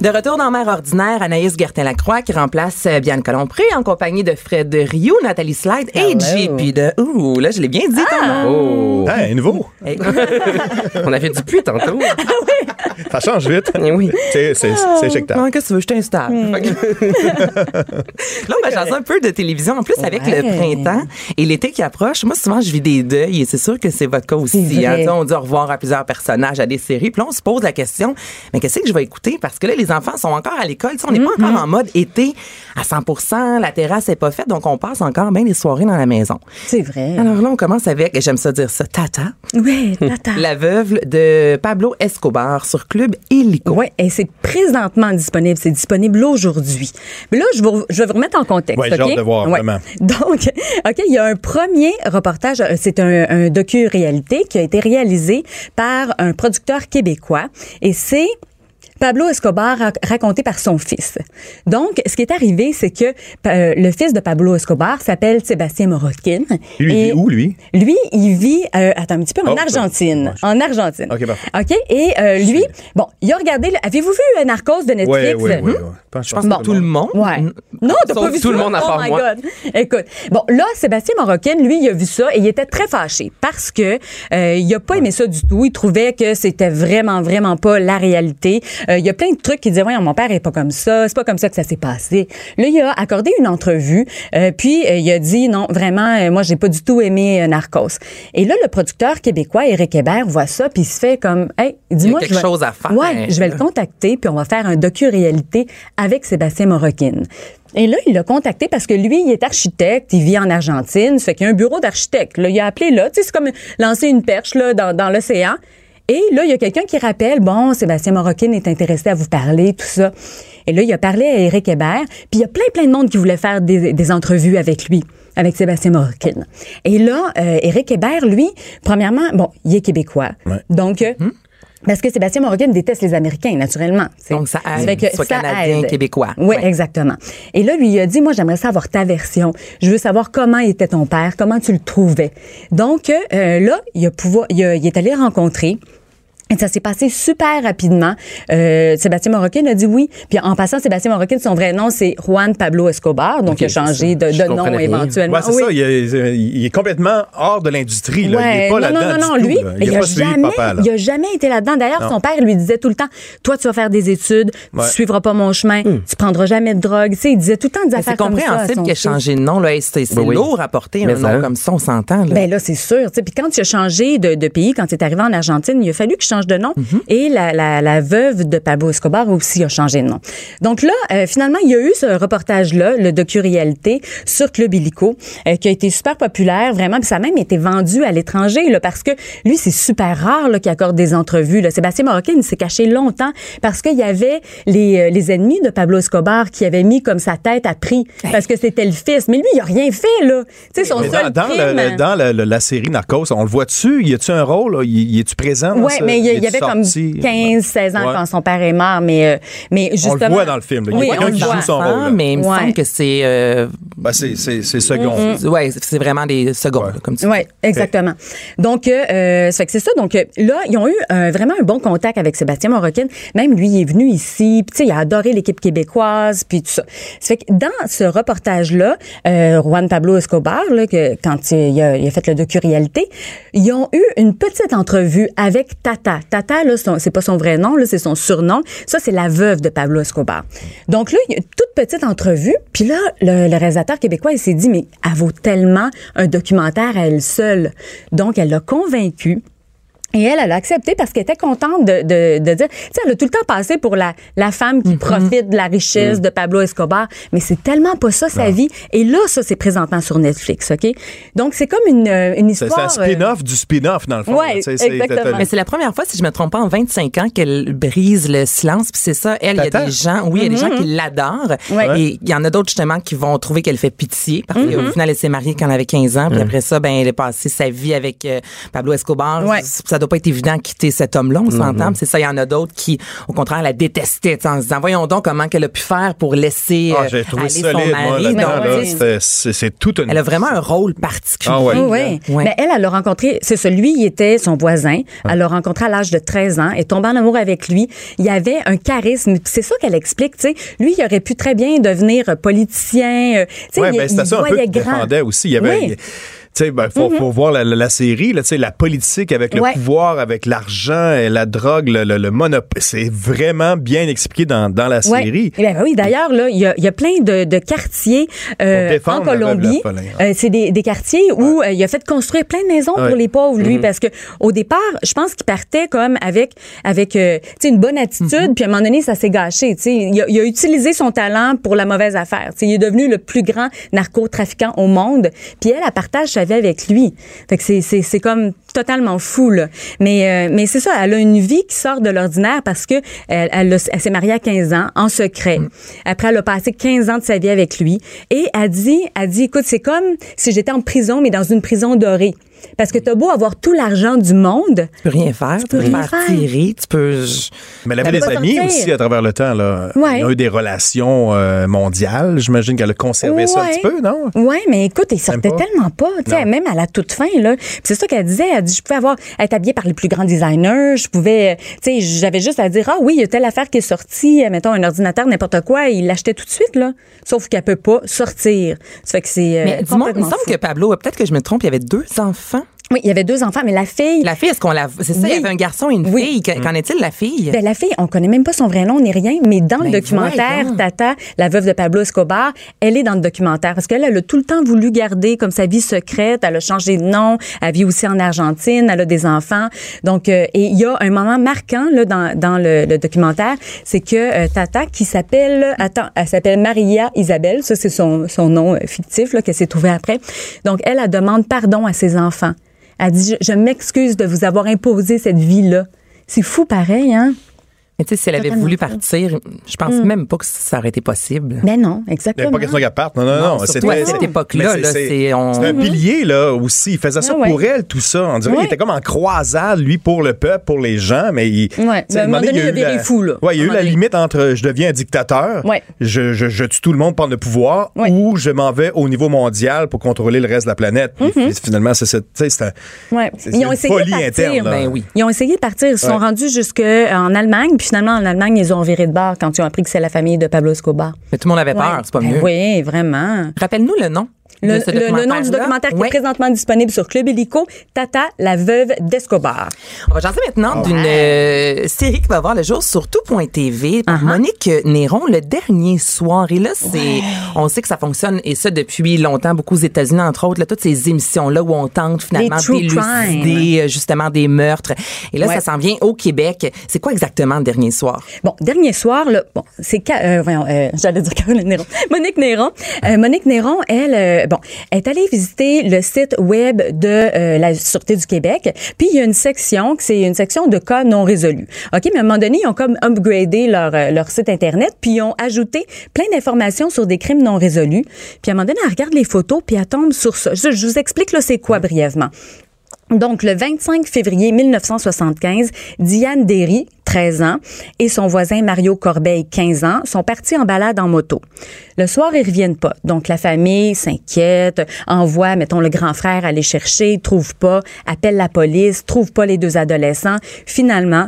A: De retour dans Mère ordinaire, Anaïs Gertin-Lacroix qui remplace euh, Bianca Lompré en compagnie de Fred de Rioux, Nathalie Slide et JP de... Ouh, là, je l'ai bien dit, ton nom.
D: Oh!
C: Hey, nouveau.
A: Hey.
D: On avait du puits tantôt.
C: Ça change vite.
D: Eh oui.
C: C'est c'est-
B: Ah,
C: c'est éjectable.
A: Comment que tu veux, je t'installe. Fait que- Hmm. Là, on va jaser un peu de télévision. En plus, avec le printemps et l'été qui approche, moi, souvent, je vis des deuils et c'est sûr que c'est votre cas aussi.
B: C'est
A: hein.
B: vrai.
A: Tu sais, On dit au revoir à plusieurs personnages, à des séries. Puis là, on se pose la question, mais qu'est-ce que je vais écouter? Parce que là, les enfants sont encore à l'école. Tu sais, on n'est pas encore en mode été à 100 la terrasse n'est pas faite, donc on passe encore bien les soirées dans la maison.
B: C'est vrai.
A: Alors là, on commence avec, et j'aime ça dire ça, Tata,
B: Oui, tata.
A: Ah. la veuve de Pablo Escobar sur Club Illico.
B: Oui, et c'est présentement disponible. C'est disponible aujourd'hui. Mais là, je, vous- je vais vous remettre en contexte.
C: Ouais,
B: OK?
C: j'ai hâte de voir, vraiment.
B: Donc, OK, il y a un premier reportage. euh, C'est un, un docu-réalité qui a été réalisé par un producteur québécois. Et c'est Pablo Escobar rac- raconté par son fils. Donc, ce qui est arrivé, c'est que euh, le fils de Pablo Escobar s'appelle Sébastien Morockin.
C: Lui, il
B: Et-
C: vit où, lui?
B: lui, il vit, euh, attends un petit peu, en
C: Oh,
B: Argentine.
C: ouais, je-
B: En Argentine.
C: Ok, parfait.
B: OK, et euh, lui, bon, il a regardé, le- avez-vous vu euh, Narcos de Netflix? Hmm?
C: Ouais, ouais, ouais, ouais.
A: Je pense que tout le monde.
B: Ouais. Non, t'as
D: Sauf
B: pas vu
D: tout
B: ça?
D: le monde à
B: oh
D: part
B: my
D: moi.
B: God. Écoute, bon, là, Sébastien Marocain, lui, il a vu ça et il était très fâché parce que euh, il a pas aimé ça du tout. Il trouvait que c'était vraiment, vraiment pas la réalité. Euh, il y a plein de trucs qui disaient, ouais, mon père est pas comme ça, c'est pas comme ça que ça s'est passé. Là, il a accordé une entrevue, euh, puis euh, il a dit, non, vraiment, euh, moi, j'ai pas du tout aimé euh, Narcos. Et là, le producteur québécois, Éric Hébert, voit ça, puis il se fait comme, hey, dis-moi.
A: quelque
B: je vais-
A: chose à faire.
B: Ouais, je vais le contacter, puis on va faire un docu-réalité avec Sébastien Morokine. Et là, il l'a contacté parce que lui, il est architecte, il vit en Argentine, ça fait qu'il y a un bureau d'architecte. Là, il a appelé là, tu sais, c'est comme lancer une perche là, dans, dans l'océan. Et là, il y a quelqu'un qui rappelle, bon, Sébastien Morokine est intéressé à vous parler, tout ça. Et là, il a parlé à Éric Hébert, puis il y a plein, plein de monde qui voulait faire des, des entrevues avec lui, avec Sébastien Morokine. Et là, euh, Éric Hébert, lui, premièrement, bon, il est québécois.
C: Ouais.
B: Donc, euh, Parce que Sébastien Morgan déteste les Américains, naturellement. t'sais.
A: Donc, ça aide,
B: fait que
A: soit
B: ça
A: Canadien,
B: aide.
A: Québécois.
B: Oui,
A: Ouais.
B: exactement. Et là, lui, il a dit, moi, j'aimerais savoir ta version. Je veux savoir comment était ton père, comment tu le trouvais. Donc, euh, là, il, a pouvoir, il, a- il est allé rencontrer. Et ça s'est passé super rapidement. Euh, Sébastien Moroccaine a dit oui. Puis en passant, Sébastien Moroccaine, son vrai nom, c'est Juan Pablo Escobar. Donc,
D: Ok,
B: il a changé de,
D: c'est ça.
B: de
D: Je
B: nom
D: comprenais rien.
B: éventuellement.
C: Ouais, c'est
B: Ah, Oui.
C: ça. Il est, il est complètement hors de l'industrie. là. Il
B: Ouais,
C: n'est pas
B: non,
C: là-dedans.
B: non, non, non,
C: du tout,
B: lui,
C: là.
B: mais il
C: est
B: a
C: pas suivi
B: jamais,
C: papa. là.
B: il a jamais été là-dedans. D'ailleurs,
C: Non.
B: son père lui disait tout le temps, toi, tu vas faire des études,
C: Ouais. Hmm.
B: tu suivras pas mon chemin, tu prendras jamais de drogue. Tu sais, il disait tout le temps des
A: Mais C'est
B: affaires comme Ben, ça. à
A: compréhensible
B: son
A: qu'il ait
B: fils.
A: changé de nom. là. Hey, C'est c'est
D: Ben oui.
A: lourd à porter
D: Mais
A: un
D: ça.
A: nom comme ça, on s'entend. là.
B: Ben là, c'est sûr. tu sais. Puis quand il a changé de, de pays, quand il est arrivé en Argentine, il a fallu qu'il change de nom.
C: Mhm.
B: Et la, la- la veuve de Pablo Escobar aussi a changé de nom. Donc là, euh, finalement, il y a eu ce reportage-là, le docu-réalité sur Club Illico, euh, qui a été super populaire, vraiment. Puis ça a même été vendu à l'étranger, là, parce que lui, c'est super rare là, qu'il accorde des entrevues. Là. Sébastien Marocain, il s'est caché longtemps parce qu'il y avait les, euh, les ennemis de Pablo Escobar qui avaient mis comme sa tête à prix parce que c'était le fils. Mais lui, il a rien fait, là. Tu sais, son
C: Mais
B: seul
C: dans, dans le-
B: crime-
C: le- dans le- le- la série Narcos, on le voit-tu? Y a-tu un rôle? Là? Y, y est-tu présent? dans
B: Oui,
C: ça?
B: mais il y,
C: Y
B: a- il y
C: est-tu
B: avait comme
C: euh, sorti?
B: 15, 16 ans
C: Ouais.
B: quand son père est mort, mais, euh, mais justement.
C: le voit dans le film, là. Il y a
B: Oui,
C: quelqu'un
B: on le
C: qui joue
B: voit.
C: son rôle, là.
A: mais il me
B: Ouais.
A: semble que c'est euh,
C: Ben, c'est, c'est,
B: Mm,
C: c'est second.
A: ouais, c'est vraiment des secondes, là, comme tu dis.
B: Oui, exactement. Donc, euh, euh, ça fait que c'est ça. Donc, euh, là, ils ont eu un- vraiment un bon contact avec Sébastien Moroccan. Même lui, il est venu ici. Puis, tu sais, il a adoré l'équipe québécoise, puis tout ça. Ça fait que dans ce reportage-là, euh, Juan Pablo Escobar, là, que, quand il a, il a fait le docu-réalité, ils ont eu une petite entrevue avec Tata. Tata, là, son- c'est pas son vrai nom, là, c'est son surnom. Ça, c'est la veuve de Pablo Escobar. Donc là, il y a une toute petite entrevue. Puis là, le, le réalisateur québécois, il s'est dit, mais elle vaut tellement un documentaire à elle seule. Donc, elle l'a convaincu. Et elle, elle a accepté parce qu'elle était contente de, de, de dire, tu sais, elle a tout le temps passé pour la, la femme
C: Mm-hmm.
B: qui profite de la richesse
C: Mm.
B: de Pablo Escobar, mais c'est tellement pas ça sa vie. Et là, ça, c'est présentement sur Netflix, OK? Donc, c'est comme une, euh, une
C: C'est, c'est un
B: histoire... euh,
C: spin-off du spin-off, dans le fond.
B: Ouais,
C: là, tu sais, c'est-
B: exactement.
C: t'as- t'as-
A: Mais c'est la première fois, si je me trompe pas, en 25 ans qu'elle brise le silence. Puis c'est ça, elle, il y a
C: Tata.
A: des gens, oui, il y a des gens qui l'adorent.
B: Ouais.
A: Et il y en a d'autres, justement, qui vont trouver qu'elle fait pitié. Parce qu'au final, elle s'est mariée quand elle avait 15 ans. Puis après ça, ben, elle a passé sa vie avec euh, Pablo Escobar.
B: Ouais.
A: Ça doit pas être évident de quitter cet homme-là, on
C: Mm-hmm.
A: s'entend. Puis C'est ça, il y en a d'autres qui, au contraire, la détestaient. tu sais, En se disant, voyons donc comment qu'elle a pu faire pour laisser
C: Ah,
A: euh,
C: j'ai trouvé
A: aller son
C: solide, moi,
A: mari.
C: là-dedans.
B: non,
A: Donc,
C: là.
B: ouais.
C: C'était- c'est, c'est tout une...
A: elle a vraiment un rôle particulier.
C: Ah ouais.
B: Oh, Oui,
A: là. Ouais.
B: Mais elle, elle l'a rencontré, c'est celui, il était son voisin.
C: Ah.
B: Elle l'a rencontré à l'âge de 13 ans et tombée en amour avec lui. Il y avait un charisme. Puis C'est ça qu'elle explique, tu sais. Lui, il aurait pu très bien devenir euh, politicien. euh, Tu sais,
C: Ouais,
B: il,
C: ben, c'était
B: il
C: ça un peu
B: voyait
C: qui
B: grand.
C: défendait aussi. Il y avait.
B: Oui. Mm-hmm.
C: il- Tu sais, ben, faut, faut voir la, la- la série, là, tu sais, la politique avec le
B: Ouais.
C: pouvoir, avec l'argent, et la drogue, le, le, le monopole. C'est vraiment bien expliqué dans, dans la
B: Ouais.
C: série.
B: Eh ben oui, d'ailleurs, là, il y, a- il y a plein de, de quartiers euh,
C: Pour défendre
B: en
C: la veuve
B: Colombie.
C: Lafolin, hein.
B: Euh, c'est des, des quartiers où euh, il a fait construire plein de maisons
C: Ouais.
B: pour les pauvres, lui, parce que au départ, je pense qu'il partait comme avec avec euh, tu sais, une bonne attitude, puis à un moment donné, ça s'est gâché. tu sais. Il a, il a utilisé son talent pour la mauvaise affaire. tu sais. il est devenu le plus grand narcotrafiquant au monde. Puis elle, elle partage sa vie avec lui. Fait que c'est- c'est c'est comme totalement fou là. Mais euh, mais c'est ça, elle a une vie qui sort de l'ordinaire parce que elle, elle, a- elle s'est mariée à 15 ans en secret. Après elle a passé 15 ans de sa vie avec lui et elle dit elle dit écoute, c'est comme si j'étais en prison mais dans une prison dorée parce que t'as beau avoir tout l'argent du monde,
A: Tu peux rien faire. Tu peux,
B: peux
A: te
B: rien
A: faire
B: faire.
A: tirer. Tu peux...
C: Mais elle avait
B: Ça
C: des
B: peut
C: amis
B: sortir.
C: aussi à travers le temps. Là.
B: Ouais.
C: Ils ont eu des relations euh, mondiales. J'imagine qu'elle a conservé ça un
B: Ouais.
C: petit peu, non?
B: Oui, mais écoute, il sortait
C: pas?
B: tellement pas. tu sais,
C: Non.
B: Même à la toute fin, là. Puis c'est ça qu'elle disait. Elle dit, je pouvais avoir, être habillée par les plus grands designers. Je pouvais, euh, tu sais, j'avais juste à dire, ah oui, il y a telle affaire qui est sortie. euh, Mettons, un ordinateur, n'importe quoi. Il l'achetait tout de suite, là. Sauf qu'elle peut pas sortir. Ça fait que c'est. euh,
A: Mais dis-moi, il me
B: complètement
A: semble
B: fou.
A: que Pablo, euh, peut-être que je me trompe, il y avait deux enfants.
B: Oui, il y avait deux enfants, mais la fille.
A: La fille, est-ce qu'on l'a. C'est ça, il y
B: Oui.
A: avait un garçon et une
B: Oui.
A: fille. Qu'en qu'en est-il, la fille?
B: Ben, la fille, on connaît même pas son vrai nom ni rien, mais dans le
A: Ben,
B: documentaire,
A: voyons.
B: Tata, la veuve de Pablo Escobar, elle est dans le documentaire parce qu'elle, elle a tout le temps voulu garder comme sa vie secrète. Elle a changé de nom. Elle vit aussi en Argentine. Elle a des enfants. Donc, euh, et il y a un moment marquant là, dans, dans le, le documentaire, c'est que euh, Tata, qui s'appelle, attends, elle s'appelle Maria Isabelle. Ça, c'est son, son nom euh, fictif là, qu'elle s'est trouvé après. Donc, elle, elle demande pardon à ses enfants. Elle dit, je, je m'excuse de vous avoir imposé cette vie-là. C'est fou pareil, hein?
A: Mais tu sais, si elle avait
B: Totalement
A: voulu
B: ça. Mm.
A: partir, je pense même pas que ça aurait été possible.
B: Ben non,
C: Il n'y
B: exactement.
C: avait pas question qu'elle parte. Non, non, non.
A: Non, surtout
C: c'était-
A: à cette
C: c'est-
A: époque-là,
C: mais
A: là, c'est- on-
C: c'est un pilier, là, aussi. Il faisait ça
B: Ah ouais.
C: pour elle, tout ça. On dirait qu'il
B: Ouais.
C: était comme en croisade, lui, pour le peuple, pour les gens, mais il.
B: Ouais. Ben,
C: tu sais,
B: À un moment
C: il y a
B: donné,
C: eu
B: il a
C: la-
B: viré fou, là.
C: Ouais,
B: À un
C: il y a eu
B: moment
C: la
B: donné.
C: limite entre je deviens un dictateur,
B: Ouais.
C: je, je, je tue tout le monde pour le pouvoir,
B: Ouais.
C: ou je m'en vais au niveau mondial pour contrôler le reste de la planète. Puis
B: Mm-hmm.
C: Finalement, c'est c'est- tu sais, c'est un-
B: Ouais.
C: c'est- c'est
B: Ils ont
C: une
B: essayé de
C: folie
B: partir.
C: interne. là.
A: Ben oui.
B: Ils ont essayé de partir. Ils se sont
C: Ouais.
B: rendus jusqu'en Allemagne. Puis finalement, en Allemagne, ils ont viré de bar quand ils ont appris que c'est la famille de Pablo Escobar.
A: Mais tout le monde avait peur,
B: Ouais.
A: c'est pas
B: Ben
A: mieux.
B: Oui, vraiment.
A: Rappelle-nous le nom.
B: Le,
A: de ce
B: le- le nom du
A: documentaire-là.
B: documentaire qui
A: Ouais.
B: est présentement disponible sur Club Illico, Tata, la veuve d'Escobar.
A: On va jaser maintenant d'une euh, série qui va voir le jour sur tout.tv
B: Uh-huh.
A: par Monique Néron le dernier soir. Et là, c'est, on sait que ça fonctionne et ça depuis longtemps, beaucoup aux États-Unis, entre autres, là, toutes ces émissions-là où on tente finalement
B: Les true
A: d'élucider euh, justement des meurtres. Et là,
B: Ouais.
A: ça s'en vient au Québec. C'est quoi exactement le dernier soir?
B: Bon, dernier soir, là, bon, c'est Ca- euh, voyons, euh, j'allais dire Caroline Néron. Monique Néron, euh, Monique Néron, elle, euh, bon, est allée visiter le site web de euh, la sûreté du Québec. Puis il y a une section, que c'est une section de cas non résolus. Ok, mais à un moment donné, ils ont comme upgradé leur euh, leur site internet, puis ils ont ajouté plein d'informations sur des crimes non résolus. Puis à un moment donné, elle regarde les photos, puis elle tombe sur ça. Je, je vous explique là, c'est quoi brièvement. Donc, le 25 février 1975, Diane Derry, 13 ans, et son voisin Mario Corbeil, 15 ans, sont partis en balade en moto. Le soir, ils reviennent pas. Donc, la famille s'inquiète, envoie, mettons, le grand frère aller chercher, trouve pas, appelle la police, trouve pas les deux adolescents. Finalement,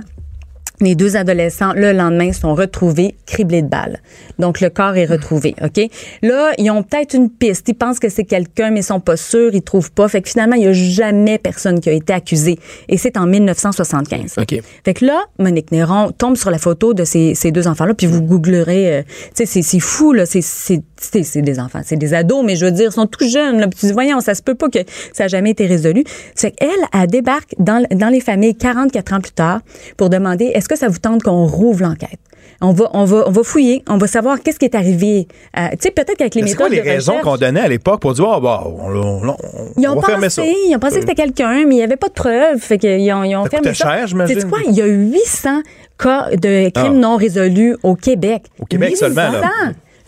B: les deux adolescents, le lendemain, sont retrouvés criblés de balles. Donc, le corps est retrouvé, OK? Là, ils ont peut-être une piste. Ils pensent que c'est quelqu'un, mais ils sont pas sûrs. Ils trouvent pas. Fait que finalement, il y a jamais personne qui a été accusé. Et c'est en 1975.
D: OK.
B: Fait que là, Monique Néron tombe sur la photo de ces, ces deux enfants-là, puis vous googlerez. euh, tu sais, c'est- c'est fou, là. C'est- C'est c'est- c'est des enfants, c'est des ados, mais je veux dire, ils sont tout jeunes, là. Puis tu dis, voyons, ça se peut pas que ça a jamais été résolu. Fait qu'elle, elle débarque dans, l- dans les familles 44 ans plus tard pour demander, est-ce que ça vous tente qu'on rouvre l'enquête? On va, on, va, on va fouiller, on va savoir qu'est-ce qui est arrivé. à- tu sais, peut-être qu'avec les
C: Mais C'est quoi
B: méthodes
C: les
B: de
C: raisons
B: recherche-
C: qu'on donnait à l'époque pour dire, Ah, bah, on, on- on- on
B: ils ont
C: va
B: pensé,
C: fermer ça? Euh.
B: ils ont pensé que c'était quelqu'un, mais il n'y avait pas de preuves. Fait qu'ils ont, ils ont
C: Ça
B: fermé
C: coûtait cher, j'imagine.
B: Sais-tu quoi? Il y a 800 cas de crimes
C: Ah.
B: non résolus au Québec.
C: Au Québec
B: 800.
C: seulement, là.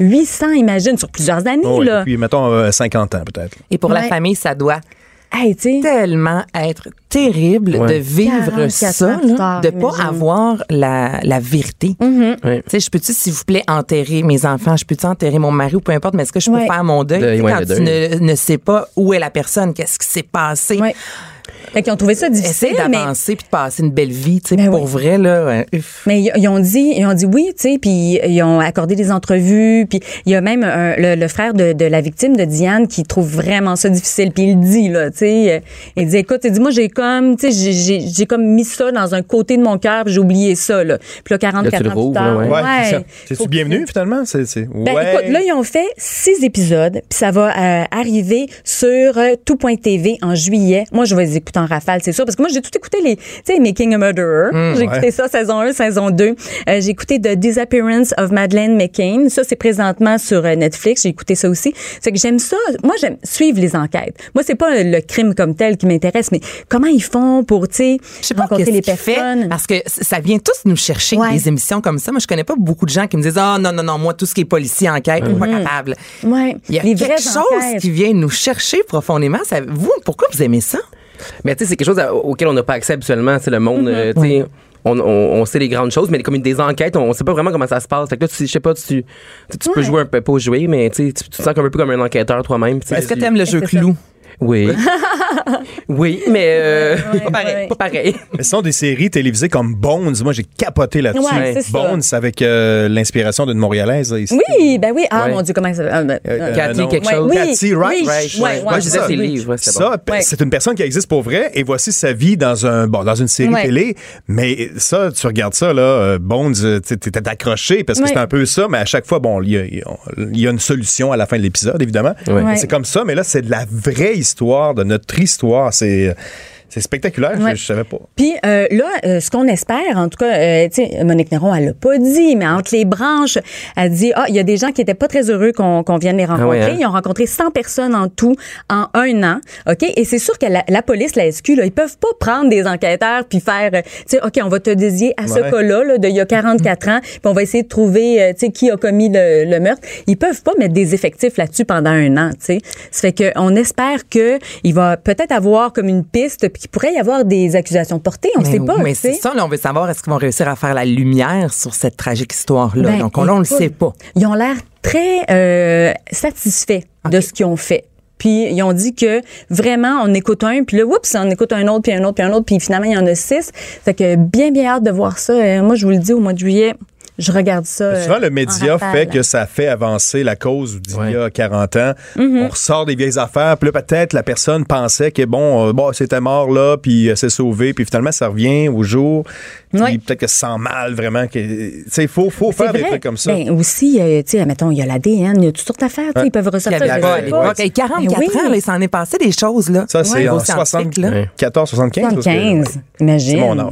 B: 800, imagine, sur plusieurs années,
C: Oh,
B: là.
C: et puis, mettons, euh, 50 ans, peut-être.
A: Et pour la
B: Ouais.
A: famille, ça doit
B: Hey, tu sais,
A: tellement être terrible de vivre
B: 44
A: ça,
B: ans plus
A: là,
B: tard,
A: de pas
B: imagine. Mm-hmm.
A: avoir la, la vérité.
D: Oui.
A: Tu sais, je peux-tu, s'il vous plaît, enterrer mes enfants? Je peux-tu enterrer mon mari ou peu importe, mais est-ce que je peux
B: Ouais.
A: faire mon deuil?
D: Deuil,
A: Tu sais,
D: ouais,
A: quand
D: le
A: tu
D: deuil.
A: ne, ne sais pas où est la personne, qu'est-ce qui s'est passé,
B: ouais. Fait qu'ils ont trouvé ça difficile,
A: essaie
B: mais...
A: d'avancer puis de passer une belle vie, tu sais,
B: Ben
A: pour
B: oui.
A: vrai, là. ouais, uff.
B: Mais ils ils ont dit, ils ont dit oui, tu sais, puis ils ont accordé des entrevues, puis il y a même un- le, le frère de, de la victime de Diane qui trouve vraiment ça difficile, puis il le dit là, tu sais, euh, il dit écoute, il dit moi j'ai comme, tu sais, j'ai- j'ai j'ai comme mis ça dans un côté de mon cœur, puis j'ai oublié ça là, puis là 44
D: Là, tu le
B: ans plus
D: rouvres,
B: tard,
D: là,
B: ouais,
D: ouais.
C: c'est ça.
B: Faut
C: C'est-tu
B: que-
C: bienvenu, finalement? C'est, c'est...
B: ben,
C: ouais.
B: écoute, là, ils ont fait six épisodes, puis ça va euh, arriver sur euh, tout.tv en juillet. Moi, je vais les écouter en rafale, c'est sûr, parce que moi, j'ai tout écouté les, tu sais, Making a Murderer. j'ai écouté ça, saison 1, saison 2. Euh, j'ai écouté The Disappearance of Madeleine McCain. Ça, c'est présentement sur euh, Netflix. J'ai écouté ça aussi. C'est que j'aime ça. Moi, j'aime suivre les enquêtes. Moi, c'est pas euh, le crime comme tel qui m'intéresse, mais comment ils font pour, tu sais,
A: Je sais pas
B: rencontrer
A: qu'est-ce
B: les
A: qu'il fait,
B: personnes.
A: parce que c- ça vient tous nous chercher
B: Ouais.
A: des émissions comme ça. Moi, je connais pas beaucoup de gens qui me disent ah non non non moi tout ce qui est policier enquête, je suis pas capable.
B: Ouais.
A: Il y a
B: Mm-hmm. Les vraies
A: quelque chose
B: enquêtes.
A: qui vient nous chercher profondément. Ça, vous, pourquoi vous aimez ça?
D: Mais tu sais, c'est quelque chose à- auquel on n'a pas accès habituellement. C'est le monde,
A: Mm-hmm.
D: euh, tu sais. On, on- on sait les grandes choses, mais comme des enquêtes, on, on sait pas vraiment comment ça se passe. Fait que là, tu, je sais pas, tu, tu, tu peux jouer un peu, pas jouer, mais tu, sais, tu tu te sens un peu comme un enquêteur toi-même. tu sais.
A: Est-ce que
D: Tu-
A: tu aimes le jeu
B: c'est ça.
A: clou?
D: Oui. oui, mais euh, pas pareil.
B: ouais.
D: Pas pareil.
C: Mais ce sont des séries télévisées comme Bones. Moi, j'ai capoté là-dessus.
B: Ouais, c'est ça.
C: Bones avec euh, l'inspiration d'une Montréalaise. ici.
B: Oui, ben oui. Ah,
D: Ouais.
B: mon Dieu, comment ça... ah, ben,
C: Euh,
B: euh,
D: Cathy
C: non.
D: quelque
B: Ouais,
D: chose.
B: oui,
C: Cathy, right?
B: oui,
D: Right,
B: ouais,
D: right.
B: ouais,
D: Moi, je disais
B: ouais.
D: ses livres. ouais, c'est
C: Ça,
D: bon.
C: p-
B: Ouais.
C: c'est une personne qui existe pour vrai et voici sa vie dans un bon dans une série
B: Ouais.
C: télé. Mais ça, tu regardes ça là, euh, Bones, euh, t'sais, t'étais accroché parce que
B: Ouais.
C: c'est un peu ça. Mais à chaque fois, bon, il y a- il y, a- il y a une solution à la fin de l'épisode, évidemment.
D: Ouais.
B: Ouais.
C: C'est comme ça, mais là, c'est de la vraie histoire de notre histoire. C'est C'est spectaculaire,
B: Ouais.
C: je, je savais pas.
B: Puis euh, là, euh, ce qu'on espère, en tout cas, euh, tu sais, Monique Néron, elle l'a pas dit, mais entre les branches, elle dit, ah, il y a des gens qui étaient pas très heureux qu'on qu'on vienne les rencontrer.
D: ouais, hein?
B: Ils ont rencontré 100 personnes en tout en un an, OK? Et c'est sûr que la, la police, la SQ, là, ils peuvent pas prendre des enquêteurs puis faire, euh, tu sais, OK, on va te dédier à ce
C: Ouais.
B: cas-là là, de il y a 44 ans, puis on va essayer de trouver, euh, tu sais, qui a commis le, le meurtre. Ils peuvent pas mettre des effectifs là-dessus pendant un an, tu sais. Ça fait qu'on espère que il va peut-être avoir comme une piste, puis qu'il pourrait y avoir des accusations portées, on
A: Mais
B: sait
A: oui,
B: pas,
A: Mais
B: tu sais.
A: c'est ça, là, on veut savoir est-ce qu'ils vont réussir à faire la lumière sur cette tragique histoire-là.
B: Ben,
A: Donc, on, on le
B: écoute,
A: sait pas.
B: Ils ont l'air très euh, satisfaits de ce qu'ils ont fait. Puis ils ont dit que vraiment on écoute un, puis là, oups, on écoute un autre, puis un autre, puis un autre, puis finalement il y en a six. Fait que bien, bien hâte de voir ça. Euh, moi, je vous le dis, au mois de juillet, je regarde ça. euh,
C: Souvent, le
B: en
C: média
B: rafale.
C: fait que ça fait avancer la cause d'il y a 40 ans.
B: Mm-hmm.
C: On ressort des vieilles affaires, puis là, peut-être la personne pensait que bon, euh, bon c'était mort là, puis euh, c'est sauvé, puis finalement, ça revient au jour. Puis
B: Ouais.
C: peut-être que ça sent mal vraiment. que- euh, Tu sais, il faut, faut
B: C'est
C: faire des
B: vrai.
C: trucs comme ça.
B: Ben, aussi, euh, tu sais, mettons, il y a l'ADN, il y a toutes sortes d'affaires, tu sais,
C: Ouais.
B: ils peuvent ressortir.
A: Puis à
B: je
A: l'époque,
B: sais
C: ouais,
B: pas.
C: ouais.
A: à l'époque, hey, 44
B: Ben oui.
A: ans, là, il s'en est passé des choses. Là.
C: ça, c'est
A: Ouais,
C: en
A: au scientifique, là.
C: 74, 75. ça, c'est-
B: 75, imagine.
C: C'est mon âge.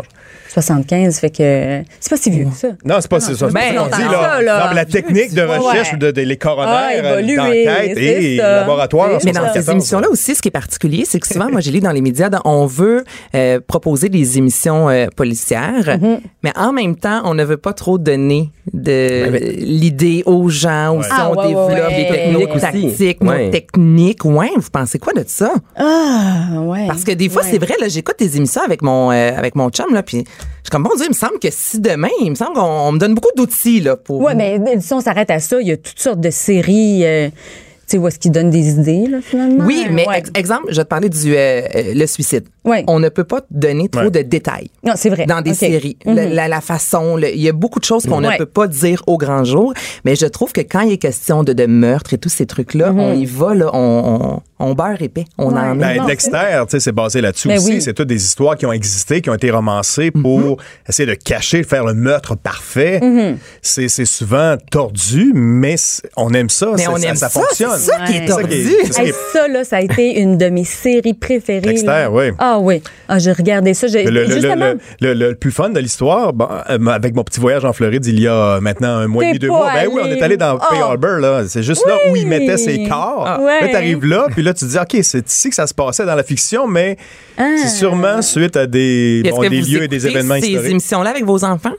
B: 75, fait que euh, c'est pas si vieux que ça.
C: Non, c'est pas c'est ça.
A: Ben,
C: c'est pas ce qu'on
A: c'est
C: dit,
A: ça,
C: là.
B: là.
C: Non, mais la technique de
B: Ouais.
C: recherche ou de, de- les
B: Ah,
C: coronaires, euh,
B: évoluer,
C: d'enquête et
B: c'est ça.
C: laboratoire.
B: Mais
C: en
A: Mais dans
C: 74,
A: ces émissions-là aussi, ce qui est particulier, c'est que souvent, moi, j'ai lu dans les médias, dans- on veut euh, proposer des émissions euh, policières,
B: Mm-hmm.
A: mais en même temps, on ne veut pas trop donner de l'idée aux gens où
C: Ouais.
A: si
B: Ah,
A: on
B: ouais, ouais,
A: développe
B: ouais.
A: des techniques
D: Techniques aussi.
A: tactiques,
D: Ouais.
A: nos techniques. Ouais, vous pensez quoi de ça?
B: Ah, ouais.
A: Parce que des fois,
B: Ouais.
A: c'est vrai, là, j'écoute des émissions avec mon, euh, avec mon chum, là, puis je suis comme, bon Dieu, il me semble que si demain, il me semble qu'on on me donne beaucoup d'outils, là, pour.
B: Ouais, mais si on s'arrête à ça, il y a toutes sortes de séries, euh, tu sais, où est-ce qu'ils donnent des idées, là, finalement.
A: Oui, mais
B: Ouais.
A: ex- exemple, je vais te parler du euh, euh, le suicide.
B: Ouais.
A: On ne peut pas donner trop
C: Ouais.
A: de détails.
B: Non, c'est vrai.
A: Dans des
B: Ok. Mhm.
A: séries. La, la- la façon, le- il y a beaucoup de choses qu'on
B: Ouais.
A: ne peut pas dire au grand jour, mais je trouve que quand il est question de, de meurtre et tous ces trucs-là, on y va, là, on, on, on beurre épais. On
B: Mhm. Ouais.
A: en met.
B: Non,
C: Ben,
B: c'est-
C: Dexter, tu sais, c'est basé là-dessus
B: Ben
C: aussi.
B: oui. Mhm.
C: C'est toutes des histoires qui ont existé, qui ont été romancées pour essayer de cacher, faire le meurtre parfait.
B: Mhm.
C: C'est c'est souvent tordu, mais c'est- on aime ça.
A: mais
C: c'est-
A: on
C: ça,
A: aime
C: ça
A: ça.
C: fonctionne.
A: C'est ça qui
B: Ouais.
A: est
B: C'est ça
C: qui est-
A: tordu.
C: c'est
B: Hey, ça, là, ça a été une de mes séries préférées.
C: Dexter,
B: là.
C: oui.
B: Ah oui. Ah, j'ai regardé ça. J'ai-
C: Le, le- le-
B: justement,
C: le- le- le- le plus fun de l'histoire, bon, euh, avec mon petit voyage en Floride il y a maintenant un mois et
B: T'es
C: demi, deux
B: pas
C: mois, ben oui, on
B: allé.
C: est allé dans Pearl
B: Oh.
C: Harbor, là. C'est juste là où ils mettaient ses corps.
B: Ah. Ouais.
C: Là, t'arrives là, puis là, tu te dis, OK, c'est ici que ça se passait dans la fiction, mais
B: Ah.
C: c'est sûrement suite à des,
A: Est-ce
C: bon,
A: que
C: des
A: vous
C: lieux et des
A: écoutez
C: événements
A: ces
C: historiques.
A: émissions-là avec vos enfants?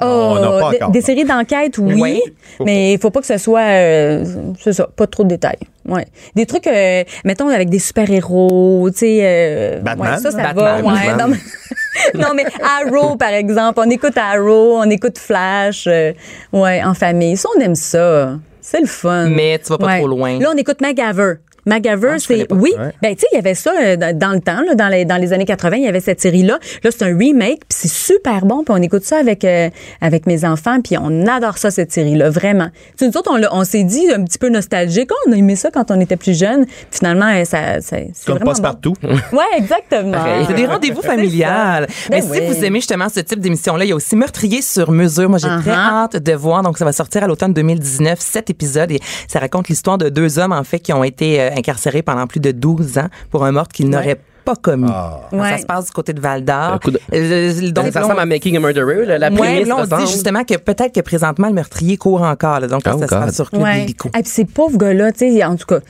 C: Non,
B: Oh,
C: non, pas
B: des-
C: encore,
B: des
C: non.
B: séries d'enquête, oui,
A: Ouais.
B: mais il faut pas que ce soit, euh, c'est ça, pas trop de détails. Ouais. Des trucs, euh, mettons, avec des super-héros, tu sais. euh,
C: Batman?
B: ouais, ça, ça
A: Batman,
B: va. ouais,
A: Batman.
B: Non, mais, non, mais Arrow, par exemple, on écoute Arrow, on écoute Flash, euh, ouais, en famille. Ça, on aime ça. C'est le fun.
A: Mais tu vas pas
B: Ouais.
A: trop loin.
B: Là, on écoute MacGyver. MacGyver,
A: Ah, je connais
B: c'est.
A: pas.
B: Oui. Ben, tu sais, il y avait ça euh, dans, dans le temps, là, dans, les, dans les années 80, il y avait cette série-là. Là, c'est un remake, puis c'est super bon, puis on écoute ça avec, euh, avec mes enfants, puis on adore ça, cette série-là, vraiment. Tu sais, nous autres, on, l'a- on s'est dit un petit peu nostalgique, Oh, on a aimé ça quand on était plus jeunes, puis finalement, euh, ça, ça, c'est.
C: Comme
B: vraiment
C: passe-partout.
B: bon. Ouais, exactement.
D: Pareil.
A: C'est des rendez-vous familiales. Mais
B: Ben
A: si
B: oui.
A: vous aimez justement ce type d'émission-là, il y a aussi Meurtrier sur mesure. Moi, j'ai
B: Uh-huh.
A: très hâte de voir. Donc, ça va sortir à l'automne 2019, sept épisodes. Et ça raconte l'histoire de deux hommes, en fait, qui ont été euh, incarcérés pendant plus de 12 ans pour un meurtre qu'ils n'auraient pas commis. Alors,
B: Ouais.
A: Ça se passe du côté de Val
D: Ah. Un
A: d'Or.
D: coup de-
A: Euh,
D: Donc, ça ressemble à Making a Murderer, là, la
A: Ouais,
D: prémisse.
A: là, on
D: ressemble.
A: dit justement que peut-être que présentement, le meurtrier court encore. là. donc, là,
D: Oh
A: ça se
D: God.
A: passe sur Claude
B: Ouais.
A: Libico.
B: Et puis ces pauvres gars-là, tu sais, en tout cas.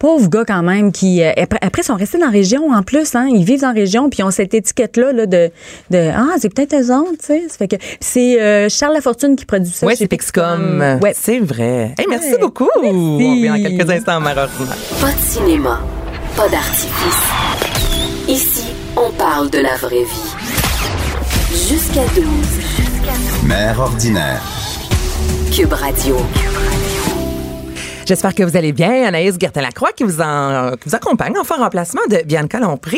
B: pauvres gars quand même qui euh, après, après, ils sont restés dans la région en plus hein ils vivent en région puis ils ont cette étiquette là là de, de ah c'est peut-être eux autres tu sais Ça fait que Puis c'est euh, Charles Lafortune qui produit ça
A: Ouais,
B: chez
A: c'est Pixcom.
B: ouais
A: C'est vrai. Hey, merci
B: Ouais.
A: beaucoup. On revient dans quelques instants, à Mère Ordinaire.
E: Pas de cinéma, pas d'artifice. Ici, on parle de la vraie vie. Jusqu'à 12,
F: Mère ordinaire.
E: Cube Radio.
A: J'espère que vous allez bien. Anaïs Gertin-Lacroix qui vous, en, qui vous accompagne en fort remplacement de Bianca Lompré.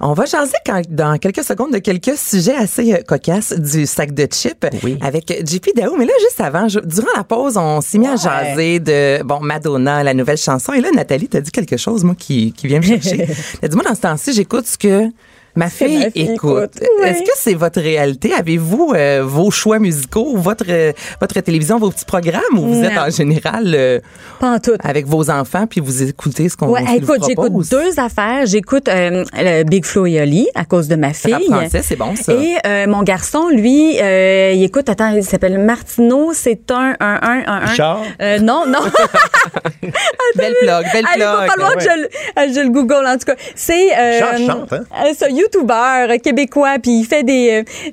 A: On va jaser quand- dans quelques secondes de quelques sujets assez euh, cocasses du sac de chips
D: Oui.
A: avec JP Dao. Mais là, juste avant, je- durant la pause, on s'est mis à jaser de bon Madonna, la nouvelle chanson. Et là, Nathalie, t'as dit quelque chose, moi, qui, qui vient me chercher. T'as dit, moi, dans ce temps-ci, j'écoute ce que Ma fille,
B: ma fille
A: écoute.
B: écoute, oui.
A: Est-ce que c'est votre réalité? Avez-vous euh, vos choix musicaux, votre, euh, votre télévision, vos petits programmes ou vous êtes
B: Non.
A: en général euh,
B: Pas en tout.
A: avec vos enfants puis vous écoutez ce qu'on
B: Ouais,
A: ce qu'ils
B: écoute,
A: vous
B: j'écoute
A: propose?
B: deux affaires. J'écoute euh, le Big Flo et Oli à cause de ma fille.
A: français, c'est bon, ça.
B: Et euh, mon garçon, lui, euh, il écoute, attends, il s'appelle Martino, c'est un, un, un, un, un.
C: Richard?
B: Euh, non, non.
A: Belle plug, belle
B: Allez, va
A: plug.
B: falloir que je, le- euh, je le google, en tout cas. C'est euh,
C: Chante, chante, hein?
B: euh, ce youtubeur euh, québécois, puis il fait des, euh,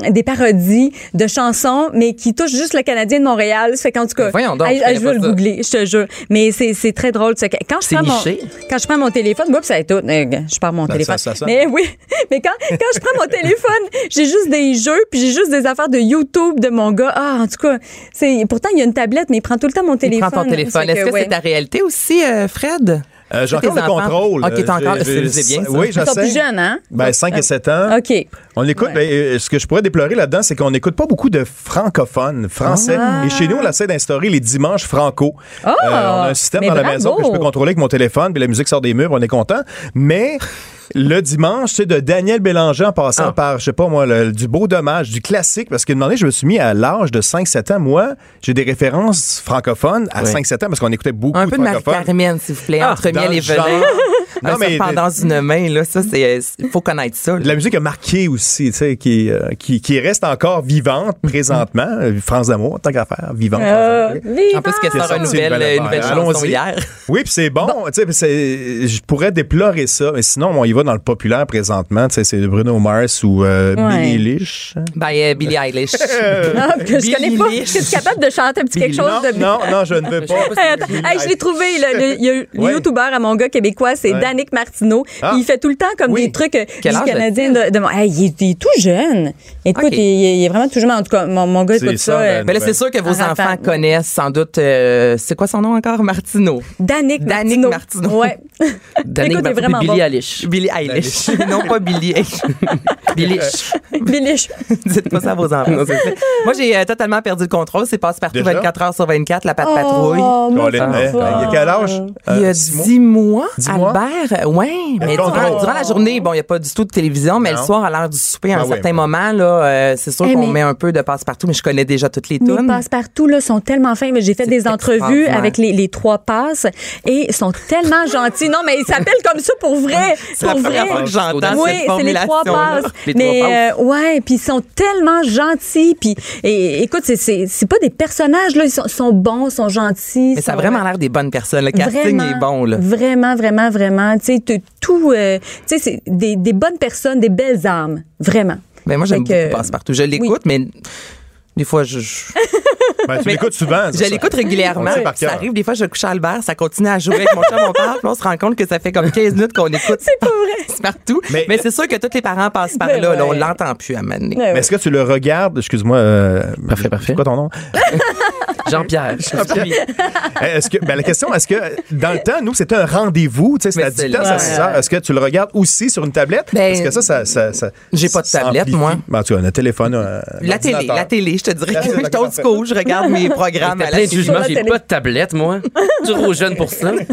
B: euh, des parodies de chansons, mais qui touchent juste le Canadien de Montréal. Ça fait qu'en tout cas,
A: Mais voyons donc,
B: ah,
A: je
B: ah, je,
A: connais
B: veux
A: pas
B: le
A: ça.
B: googler, je te jure. Mais c'est c'est très drôle. ça. Quand je,
D: C'est
B: prends mon,
D: niché.
B: quand je prends mon téléphone, oups, ça est tout. Euh, Je perds mon
C: Ben,
B: téléphone.
C: ça- ça sonne.
B: mais oui, mais quand, quand je prends mon téléphone, j'ai juste des jeux, puis j'ai juste des affaires de YouTube de mon gars. Ah, en tout cas, c'est pourtant, il y a une tablette, mais il prend tout le temps mon téléphone.
A: Prends ton
B: Ça
A: téléphone.
B: fait
A: Est-ce que,
B: ouais.
A: c'est ta réalité aussi, euh, Fred?
C: Euh, j'ai
A: Tes
C: encore le
A: enfants?
C: contrôle.
A: OK, t'as
C: Euh,
A: Ah, encore-
C: j'ai-
A: c'est bien, ça.
C: Oui,
B: Ils sont
C: j'essaie.
B: plus jeunes, hein?
C: Ben, 5 et 7 ans.
B: OK.
C: On écoute, ben, euh, ce que je pourrais déplorer là-dedans, c'est qu'on n'écoute pas beaucoup de francophones français.
B: Ah.
C: Et chez nous, on essaie d'instaurer les dimanches franco. Euh, on a un système
B: Oh! mais
C: dans la
B: bravo.
C: maison que je peux contrôler avec mon téléphone, puis la musique sort des murs, on est content. Mais le dimanche, c'est de Daniel Bélanger en passant
A: Ah.
C: par, je sais pas moi, le- du beau dommage, du classique, parce qu'une année, je me suis mis à l'âge de 5-7 ans. Moi, j'ai des références francophones à 5-7 ans, parce qu'on écoutait beaucoup
A: Un
C: de
A: peu de
C: francophones. Ah,
A: Marie-Carmen, s'il vous plaît, entre
C: dans
A: miel
C: le
A: et Ah,
C: genre.
A: venin.
C: Non,
A: Non,
C: mais-
A: mais pendant une main, là, ça, c'est. Il faut connaître ça. là.
C: De la musique a marqué aussi, tu sais, qui, euh, qui, qui reste encore vivante présentement.
B: Mhm.
C: Euh, France d'amour, tant qu'à faire, vivante.
B: Euh,
C: France d'amour.
A: Euh, En plus, qu'elle
C: Qui est
A: sort une
C: sorti
A: nouvelle,
C: nouvelle
A: une nouvelle
C: affaire.
A: chanson
C: Allons-y.
A: hier.
C: Oui, puis c'est bon, tu sais, puis c'est- je pourrais déplorer ça, mais sinon, on y va dans le populaire présentement, tu sais, c'est Bruno Mars ou euh,
B: Ouais.
C: Billie Eilish.
A: By euh, Billie Eilish.
B: Ah, que je
A: Billie
B: connais pas.
A: Eilish.
B: Je suis capable de chanter un petit quelque
C: non,
B: chose de
C: non, non, je ne veux pas.
B: Hey, attends. Hey, je l'ai trouvé, là. Le, il y a eu- le
C: Ouais.
B: youtubeur à mon gars québécois, c'est
C: Ouais.
B: Danick Martineau.
C: Ah.
B: Puis Il fait tout le temps comme
C: Oui.
B: des trucs euh,
A: Quel
B: du
A: âge
B: Canadien de, de mon- Hey, il, est, il est tout jeune. Écoute,
A: Ok.
B: il, est- il est vraiment tout jeune. En tout cas, mon, mon gars
C: C'est
B: écoute
C: ça,
B: ça. euh,
C: ben,
A: Mais là, c'est sûr que vos
B: En
A: enfants
B: rafale.
A: connaissent sans doute. euh, c'est quoi son nom encore? Martino.
B: Danick
A: Danick
B: Martineau.
A: Martineau.
B: Ouais. Écoute, il
D: Danick
B: est
D: Martin-
B: vraiment
D: Billie
B: bon.
D: Eilish.
A: Billie Eilish. non, pas Billie Eilish.
D: Billie
B: Billie-
A: Dites pas ça à vos enfants. s'il vous plaît. Moi, j'ai euh, totalement perdu le contrôle. C'est passe-partout
C: Déjà?
A: 24 heures sur 24, la patte patrouille.
B: Oh, mon
C: Colin, hein,
B: enfant.
C: Il y a quel âge?
A: Il y a
C: Euh, six mois?
A: 10 mois,
C: Dix mois?
A: Albert. Oui, mais
C: contrôle.
A: durant, durant la journée, bon, il n'y a pas du tout de télévision, mais
C: Non.
A: le soir, à l'heure du souper, à
C: Ah
A: un
C: oui,
A: certain
C: mais-
A: moment, là, euh, c'est sûr
B: Eh,
A: qu'on
B: mais-
A: met un peu de passe-partout, mais je connais déjà toutes les
B: Mes
A: tunes.
B: passe-partout là sont tellement fins. Mais J'ai fait des entrevues
A: extraordinaire.
B: avec les, les trois passes et ils sont tellement gentils. Non, mais ils s'appellent comme ça pour vrai,
A: C'est la
B: pour
A: première fois
B: vrai.
A: que j'entends
B: Oui,
A: cette
B: c'est les trois
A: formulation-là.
B: passes.
D: Les trois
B: mais
D: passes.
B: euh, ouais, puis ils sont tellement gentils. Puis et- écoute, c'est- c'est c'est pas des personnages là, ils sont, sont bons, sont gentils.
A: Mais ça a
B: sont-
A: vraiment l'air des bonnes personnes. Le casting
B: Vraiment,
A: est bon, là.
B: Vraiment, vraiment, vraiment. Tu sais, t'as tout. euh, tu sais, c'est des, des bonnes personnes, des belles âmes. Vraiment.
A: Mais Ben, moi, j'aime
B: Fait que-
A: beaucoup Passe-Partout. Je l'écoute, mais des fois, je, je,
C: Ben, tu l'écoutes souvent. c'est
A: je
C: ça.
A: l'écoute
C: On
A: régulièrement.
C: le sait par
A: Ça
C: cœur.
A: arrive, des fois, je couche à Albert, ça continue à jouer avec mon chum, on parle, puis on se rend compte que ça fait comme 15 minutes qu'on écoute
B: C'est pas vrai.
A: Passe-Partout.
C: Mais-
A: Mais, c'est sûr que tous les parents passent par
B: Ben
A: là. là, on
B: ouais.
A: l'entend plus à Mané.
B: Ouais,
C: Mais est-ce que tu le regardes? Excuse-moi. euh,
D: Parfait, parfait.
C: C'est quoi ton nom?
D: Jean-Pierre.
C: Est-ce que, ben, la question, est-ce que dans le temps, nous, c'était un rendez-vous, tu sais, c'était à
A: Mais c'est
C: 10 ans,
A: là.
C: à 6 heures. Est-ce que tu le regardes aussi sur une tablette?
A: Ben,
C: Parce que ça, ça. ça, ça-
A: j'ai pas de
C: ça
A: tablette,
C: amplifie.
A: moi.
C: Ben, en tout cas, un téléphone. euh, un
A: La télé,
C: ordinateur.
A: la télé, je te dirais
C: Ah,
A: que
C: c'est
A: je suis
C: d'accord,
A: old school, je regarde mes programmes à
D: T'as
A: la
D: plein de
A: télé.
D: jugements,
B: la
D: j'ai
B: télé.
D: pas de tablette, moi. Toujours jeune pour ça.
C: Et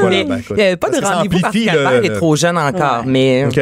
C: voilà,
A: Mais,
C: ben, écoute.
A: euh, pas
C: Parce
A: de
C: que ça
A: rendez-vous parce
C: amplifie
A: qu'Albert
C: le-
A: est trop jeune encore, mais...
C: OK.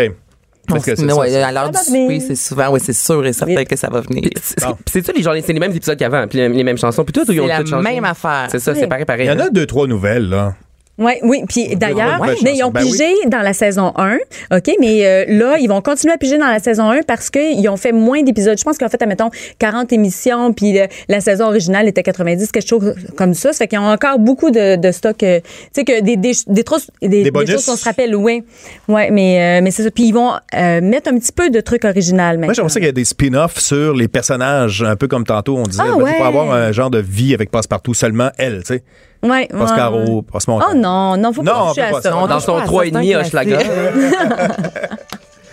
A: on
C: Parce que
A: se-
C: c'est ça,
A: ouais,
C: c'est-
A: à l'heure du
B: Ça va
A: souper,
B: venir.
A: c'est souvent, oui, c'est sûr et certain que ça va venir.
D: C'est- C'est ça, les, gens, c'est les mêmes épisodes qu'avant, puis les, les mêmes chansons, puis tout, ou
A: Ah.
D: ils
A: C'est
D: ont
A: la
D: tout changé?
A: même affaire.
D: C'est ça, c'est pareil, pareil.
C: Il y en a deux, trois nouvelles, là.
B: Ouais, oui, puis d'ailleurs,
C: nouvelles
B: mais ils
C: chansons.
B: ont
C: Ben oui.
B: pigé dans la saison 1, OK, mais euh, là, ils vont continuer à piger dans la saison 1 parce qu'ils ont fait moins d'épisodes. Je pense qu'ils ont fait, admettons, 40 émissions, puis le- la saison originale était 90, quelque chose comme ça. Ça fait qu'ils ont encore beaucoup de, de stock, euh, tu sais, que des, des, des, trous- des, des
C: bonus.
B: choses qu'on se rappelle, oui. Ouais, mais, euh, mais c'est ça. Puis ils vont euh, mettre un petit peu de trucs originaux
C: Moi,
B: maintenant.
C: j'aimerais ça qu'il y ait des spin-offs sur les personnages, un peu comme tantôt, on disait.
B: Ah,
C: ben,
B: ouais.
C: Tu peux avoir un genre de vie avec Passepartout, seulement elle, tu sais.
B: Ouais,
C: Passe
B: ouais.
C: Caro, passe mon
B: Oh non, non, faut
C: Non, on
B: pas toucher
C: peut
B: à
C: pas
B: ça.
C: ça.
D: Dans son
A: Ouais,
D: 3,5
A: certains
D: Hochelaga.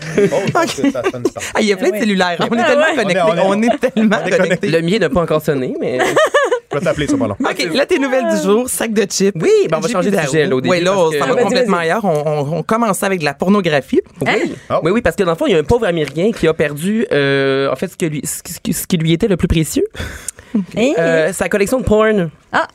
C: Oh,
A: Ah, il y a plein de
B: ouais.
A: cellulaires. On est
B: Ah,
A: tellement
B: ouais.
A: connectés.
C: On
A: On
C: est-
A: est tellement connectés.
D: Le mien n'a pas encore sonné, mais.
C: Je vais t'appeler, ça, pas long.
A: OK, là, tes nouvelles du jour, sac de chips. Ah, Oui,
D: ben, on va changer de sujet, là, au début,
A: Oui, là,
D: parce
A: on
D: que-
A: s'en
D: Ah,
A: va
B: vas-y,
A: complètement
B: vas-y.
A: ailleurs. On, on, on commençait avec de la pornographie.
D: Oui.
C: Oh.
D: oui, oui, parce que dans le fond, il y a un pauvre Américain qui a perdu, euh, en fait, ce, que lui, ce, qui- ce qui lui était le plus précieux,
B: Hein?
D: euh, sa collection de porn.
B: Ah.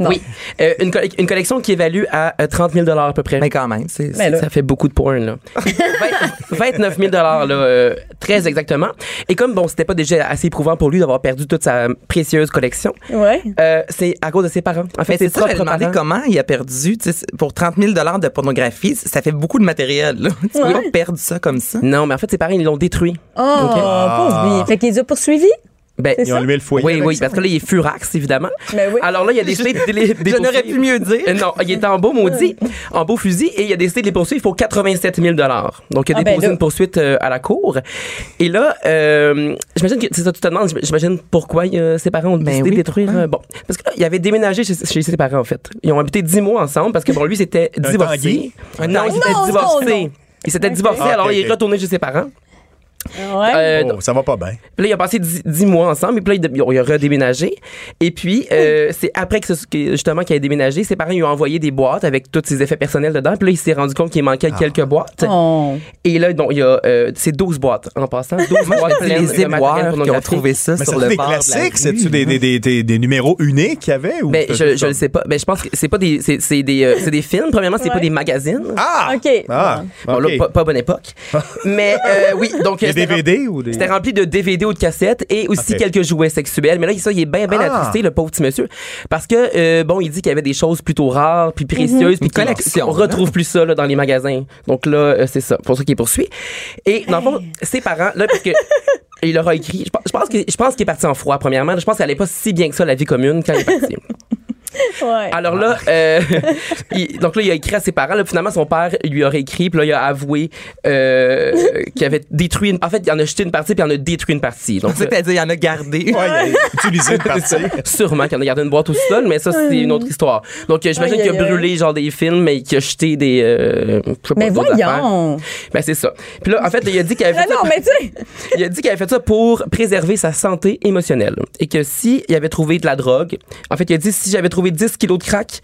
B: Non.
D: Oui. Euh, une, colle- une collection qui évalue à euh, 30 000 à peu près.
A: Mais quand même, c'est.
B: Mais là-
D: Ça fait beaucoup de porn, là. Vingt- 29 000 là, euh, très exactement. Et comme, bon, c'était pas déjà assez éprouvant pour lui d'avoir perdu toute sa précieuse collection,
B: Ouais.
D: euh, c'est à cause de ses parents. En fait,
A: Mais
D: ses
A: c'est ça, je
D: propres
A: me demandais
D: parents.
A: comment il a perdu. tu sais, c'est- Pour 30 000 de pornographie, c- ça fait beaucoup de matériel. là. Tu peux pas perdre ça comme ça.
D: Non, mais en fait, ses parents, ils l'ont détruit.
B: Oh,
C: Ah.
B: pauvre lui. Fait qu'il les a poursuivis?
D: Ben,
B: C'est
C: Ils ont
B: ça?
C: allumé le foyer.
D: Oui,
C: avec
D: oui,
C: ça.
D: parce que là, il est furax, évidemment.
B: Ben oui.
D: Alors là, il a décidé de les de les
A: Je n'aurais
D: poursuivre.
A: pu mieux dire.
D: Euh, Non, il était en beau maudit, en beau fusil, et il a décidé de les poursuivre pour 87 000 Donc, il a
B: Ah, ben
D: déposé
B: là.
D: une poursuite euh, à la cour. Et là, euh, j'imagine que, c'est ça, tu te demandes, j'im- j'imagine pourquoi euh, ses parents ont décidé
A: oui.
D: de détruire. euh, bon, parce qu'il avait déménagé chez, chez ses parents, en fait. Ils ont habité 10 mois ensemble parce que, bon, lui, c'était
C: Un
D: divorcé. non, il s'était
B: Non, non,
D: divorcé.
B: non.
D: Il s'était divorcé,
C: Ah,
D: alors
C: ok,
D: il
C: ok.
D: est retourné chez ses parents.
B: Ouais.
D: Euh,
A: ben,
C: Oh, ça va pas bien.
D: puis là, il a passé dix dix mois ensemble, et puis là, il, de- il a redéménagé. Et puis, euh, c'est après que, ce- que, justement qu'il a déménagé, ses parents lui ont envoyé des boîtes avec tous ses effets personnels dedans. Puis là, il s'est rendu compte qu'il
A: Ah.
D: manquait quelques boîtes.
B: Oh.
D: Et là, donc, il y a, euh, c'est 12 boîtes en passant. 12 boîtes
A: C'est
D: pleines
A: les
D: de matériel
A: éboueurs qui ont
D: pornographique.
A: trouvé ça
C: Mais
A: sur
C: c'est
A: le
C: des
A: bord de la
C: classiques,
A: rue.
C: c'est-tu des, des, des, des, des numéros uniques qu'il y avait? Ou
D: Ben,
C: c'est
D: je,
C: juste
D: je le
C: ça?
D: sais pas. Ben, je pense que c'est pas des, c'est, c'est des, euh, c'est des films. Premièrement, c'est pas
B: Ouais.
D: des magazines.
C: Ah!
B: OK.
C: Ah!
D: Bon, là,
C: ok.
D: pas, pas bonne époque. Mais euh, oui, donc.
C: Des
D: c'était-
C: DVD ou des.
D: C'était rempli de DVD ou de cassettes et aussi
C: Ok.
D: quelques jouets sexuels. Mais là, ça, il est bien, bien
C: Ah.
D: attristé, le pauvre petit monsieur. Parce que, euh, bon, il dit qu'il y avait des choses plutôt rares, puis précieuses,
A: Mhm.
D: puis
A: Une collection,
D: On retrouve plus ça là, dans les magasins. Donc là, euh, c'est ça. Pour ça qu'il poursuit. Et dans le fond, ses parents, là, parce que. Il leur a écrit. Je pense- je pense que je pense qu'il est parti en froid. Premièrement, je pense qu'elle allait pas si bien que ça la vie commune quand il est parti.
B: Ouais.
D: Alors là, euh, il- donc là, il a écrit à ses parents. Là, finalement, son père lui aurait écrit, puis là, il a avoué euh, qu'il avait détruit une. En fait, il en a jeté une partie, puis il en a détruit une partie. Donc, euh,
A: C'est-à-dire, il y en a gardé.
C: Ouais, il a utilisé une partie.
D: sûrement qu'il en a gardé une boîte au sol, mais ça, c'est une autre histoire. Donc, euh, j'imagine
B: Aïe,
D: qu'il a
B: aïe, aïe.
D: brûlé, genre, des films et qu'il a jeté des. euh, je sais pas,
B: Mais
D: d'autres affaires.
B: voyons.
D: Ben, c'est ça. Puis là, en fait, il a dit qu'il avait
B: Non,
D: fait
B: non,
D: ça-
B: mais tu sais.
D: il a dit qu'il avait fait ça pour préserver sa santé émotionnelle et que si il avait trouvé de la drogue, en fait, il a dit si j'avais trouvé 10 kilos de crack,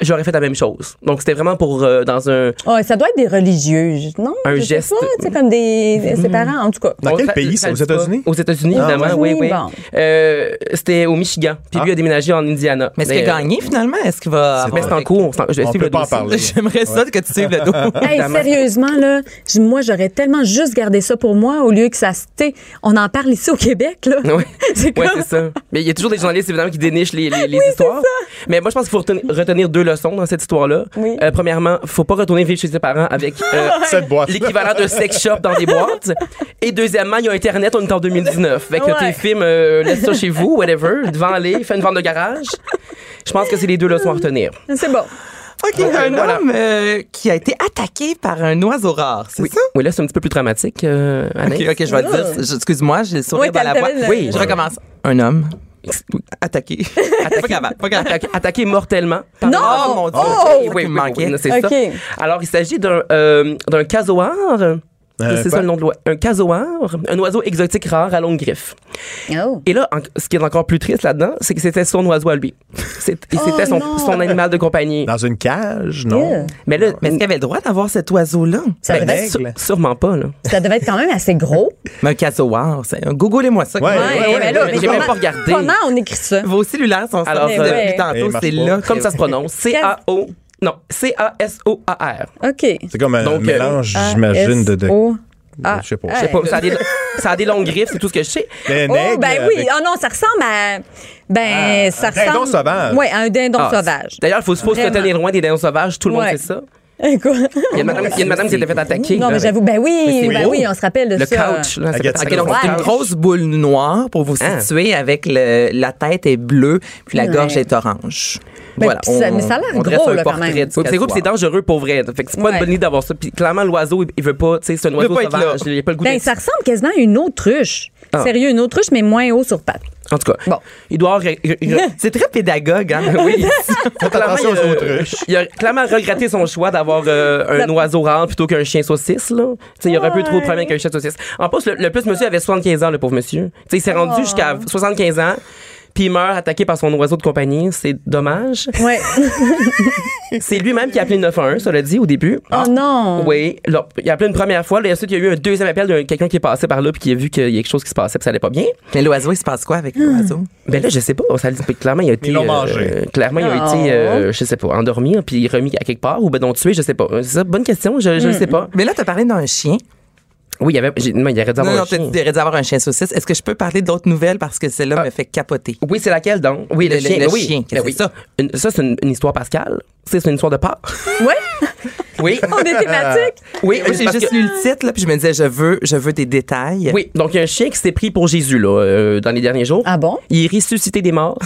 D: j'aurais fait la même chose. Donc c'était vraiment pour euh, dans un
B: Ouais, ça doit être des religieux, je- non?
D: Un
B: je sais
D: geste. Mm.
B: pas, C'est comme des, des- ses parents, en tout cas.
C: Dans
D: on
C: quel
D: tra-
C: pays,
D: le
C: ça, aux
D: traduit pas.
C: États-Unis?
D: Aux États-Unis,
C: Ah,
D: évidemment, oui,
B: États-Unis,
D: oui.
B: bon.
D: Euh, c'était au Michigan. Puis lui a déménagé en Indiana.
A: Mais est-ce qu'il a
D: euh,
A: gagné finalement? Est-ce qu'il va.
D: Mais c'est en cours. c'est en- je vais
C: On peut
D: suivre le
C: pas en
D: dossier.
C: parler.
A: J'aimerais ça que tu suives le dos.
B: Hey, sérieusement, là, j- moi, j'aurais tellement juste gardé ça pour moi au lieu que ça se. t'sais, On en parle ici au Québec, là.
D: Ouais.
B: C'est
D: Ouais,
B: comme-
D: c'est ça. Mais il y a toujours des journalistes, évidemment, qui dénichent les, les- les histoires. Mais moi, je pense qu'il faut retenir, retenir deux leçons dans cette histoire-là.
B: Oui.
D: Euh, premièrement, faut pas retourner vivre chez ses parents avec euh,
C: Cette boîte.
D: l'équivalent de sex shop dans des boîtes. Et deuxièmement, il y a Internet, on est en 2019. Fait que
B: Ouais.
D: tes films, euh, laisse ça chez vous, whatever, vends-les, fais une vente de garage. Je pense que c'est les deux leçons à retenir.
B: C'est bon.
A: OK, un
D: voilà.
A: homme euh, qui a été attaqué par un oiseau rare, c'est
D: Oui.
A: ça?
D: oui, là, c'est un petit peu plus dramatique, euh, Anaïs.
A: OK, OK, je vais te dire. je- Excuse-moi, j'ai le sourire
B: Ah. Oui,
A: dans la
B: t'as-
A: voix.
B: t'avais le-
A: Oui, je recommence. Un homme attaqué. attaqué. Pas grave, pas grave.
D: attaqué, attaqué mortellement.
B: Non!
A: Oh, mon Dieu.
B: Oh!
A: C'est ça qui me manquait.
D: c'est
B: Ok.
D: ça. Alors, il s'agit d'un euh, d'un casoar.
A: Euh,
D: c'est
C: quoi?
D: ça le nom de l'oiseau. Un casoar, un oiseau exotique rare à longue griffe.
B: Oh.
D: Et là, en- ce qui est encore plus triste là-dedans, c'est que c'était son oiseau à lui. C'est- et
B: Oh,
D: C'était
B: non.
D: son, son animal de compagnie.
C: Dans une cage, non?
B: Yeah.
D: Mais là,
A: Mais est-ce
D: mais,
A: qu'il avait le droit d'avoir cet oiseau-là?
B: Ça,
D: ben,
B: devait être,
D: sû-
C: règle?
D: sûrement pas. Là.
B: ça devait être quand même assez gros.
A: Mais un casoar, c'est un googlez-moi ça.
C: Ouais,
B: Ouais, mais là,
D: ouais,
B: mais
D: j'ai même
B: comment-
D: pas regardé.
B: Comment on écrit ça?
A: Vos cellulaires sont
D: Alors,
A: sortis
D: euh,
A: depuis
B: ouais. Ah.
C: Eh,
A: tantôt,
C: marche
A: c'est
C: pas.
A: là.
D: Comme ça se prononce. C-A-O. Non, C-A-S-O-A-R.
B: OK.
C: C'est comme un
D: Donc, euh,
C: mélange, j'imagine, de. de-
B: O. A-
C: Je sais pas.
B: R.
D: Je sais pas, mais ça a des, ça a des longues griffes, c'est tout ce que je sais.
C: Mais un
B: Oh,
C: aigle
B: ben oui.
C: euh, avec-
B: Oh non, ça ressemble à. Ben,
C: Ah,
B: ça
C: un dindon
B: ressemble.
C: sauvage.
B: Oui, à un dindon
D: Ah,
B: sauvage.
D: D'ailleurs, il faut, faut se
B: Vraiment.
D: tenir loin des dinosaures sauvages, tout le
B: Ouais.
D: monde sait ça.
B: Quoi?
D: Il y a une madame, il y a une madame qui s'était fait attaquer.
A: Ah,
B: Non, mais
D: Avec
B: j'avoue, ben oui,
D: c'est
B: ben
D: gros.
B: oui, on se rappelle de
D: Le
B: ça.
D: couch, là, ça fait
C: Agathe
D: attaquer dans
B: Couch.
D: son
A: C'est une
B: Ouais. Ah.
D: couch.
A: grosse boule noire pour vous
D: Hein?
A: situer avec le- la tête est bleue puis la
B: Ouais.
A: gorge est orange.
B: Mais puis ça- mais ça a l'air
A: on dresse
B: gros,
A: un
B: là, quand
A: portrait
B: même.
A: du
D: Oui, puis c'est gros, puis c'est
A: casoar.
D: dangereux pour vrai. Fait que c'est pas
B: Ouais.
D: une bonne idée d'avoir ça. Puis clairement, l'oiseau, il- il veut pas, tu sais, c'est un oiseau
A: pas être
D: sauvage.
A: là.
D: Il a pas le goût
B: Ben,
D: d'être-
B: ça ressemble quasiment à une autruche.
D: Ah.
B: Sérieux, une autruche, mais moins haut sur pattes.
D: En tout cas,
B: Bon.
D: il doit avoir. il- il-
A: C'est très pédagogue, hein?
D: Oui.
C: Faites attention aux
D: Clairement, il a-
C: autruches.
D: Il a clairement regretté son choix d'avoir euh, un
B: La-
D: oiseau rare plutôt qu'un chien saucisse. Là. Tu sais, Il y aurait un peu trop de problèmes avec
B: Oh.
D: un chien saucisse. En plus, le, le plus, monsieur avait 75 ans, le pauvre monsieur. Tu sais, il s'est rendu jusqu'à 75 ans. puis il meurt attaqué par son oiseau de compagnie. C'est dommage.
B: Ouais.
D: C'est lui-même qui a appelé le 911, ça l'a dit au début. Ah.
B: Oh non!
D: Oui, là, il a appelé une première fois, là, et ensuite il y a eu un deuxième appel de quelqu'un qui est passé par là puis qui a vu qu'il y a quelque chose qui se passait puis ça allait pas bien.
A: Mais l'oiseau, il se passe quoi
B: Ah.
A: avec l'oiseau?
D: Ben là, je sais pas, ça le dit clairement il a été
C: l'ont
D: euh,
C: mangé.
D: clairement il a
B: Oh.
D: été euh, je sais pas, endormi hein, puis remis à quelque part ou ben non tué, je sais pas. C'est ça, bonne question, je
B: Hmm.
D: je sais pas.
A: Mais là, t'as parlé d'un chien.
D: Oui, il y avait j'ai- non, il aurait dû
A: Non,
D: avoir
A: non,
D: un
A: t'as
D: chien.
A: dit d'avoir un chien saucisse. Est-ce que je peux parler d'autres nouvelles parce que celle-là
D: Ah.
A: me fait capoter?
D: Oui, c'est laquelle donc Oui, le,
A: Le-
D: chien.
A: le
D: oui.
A: chien, qu'est-ce
D: Ben oui.
A: que c'est ça?
D: Une- ça c'est une, une histoire pascale. C'est c'est une histoire de part.
B: Ouais?
D: Oui.
B: On est thématique?
D: oui,
A: Moi, j'ai
D: parce
A: juste
D: que-
A: lu le titre, là, puis je me disais, je veux, je veux des détails.
D: Oui, donc il y a un chien qui s'est pris pour Jésus là euh, dans les derniers jours.
B: Ah bon?
D: Il est ressuscité des morts.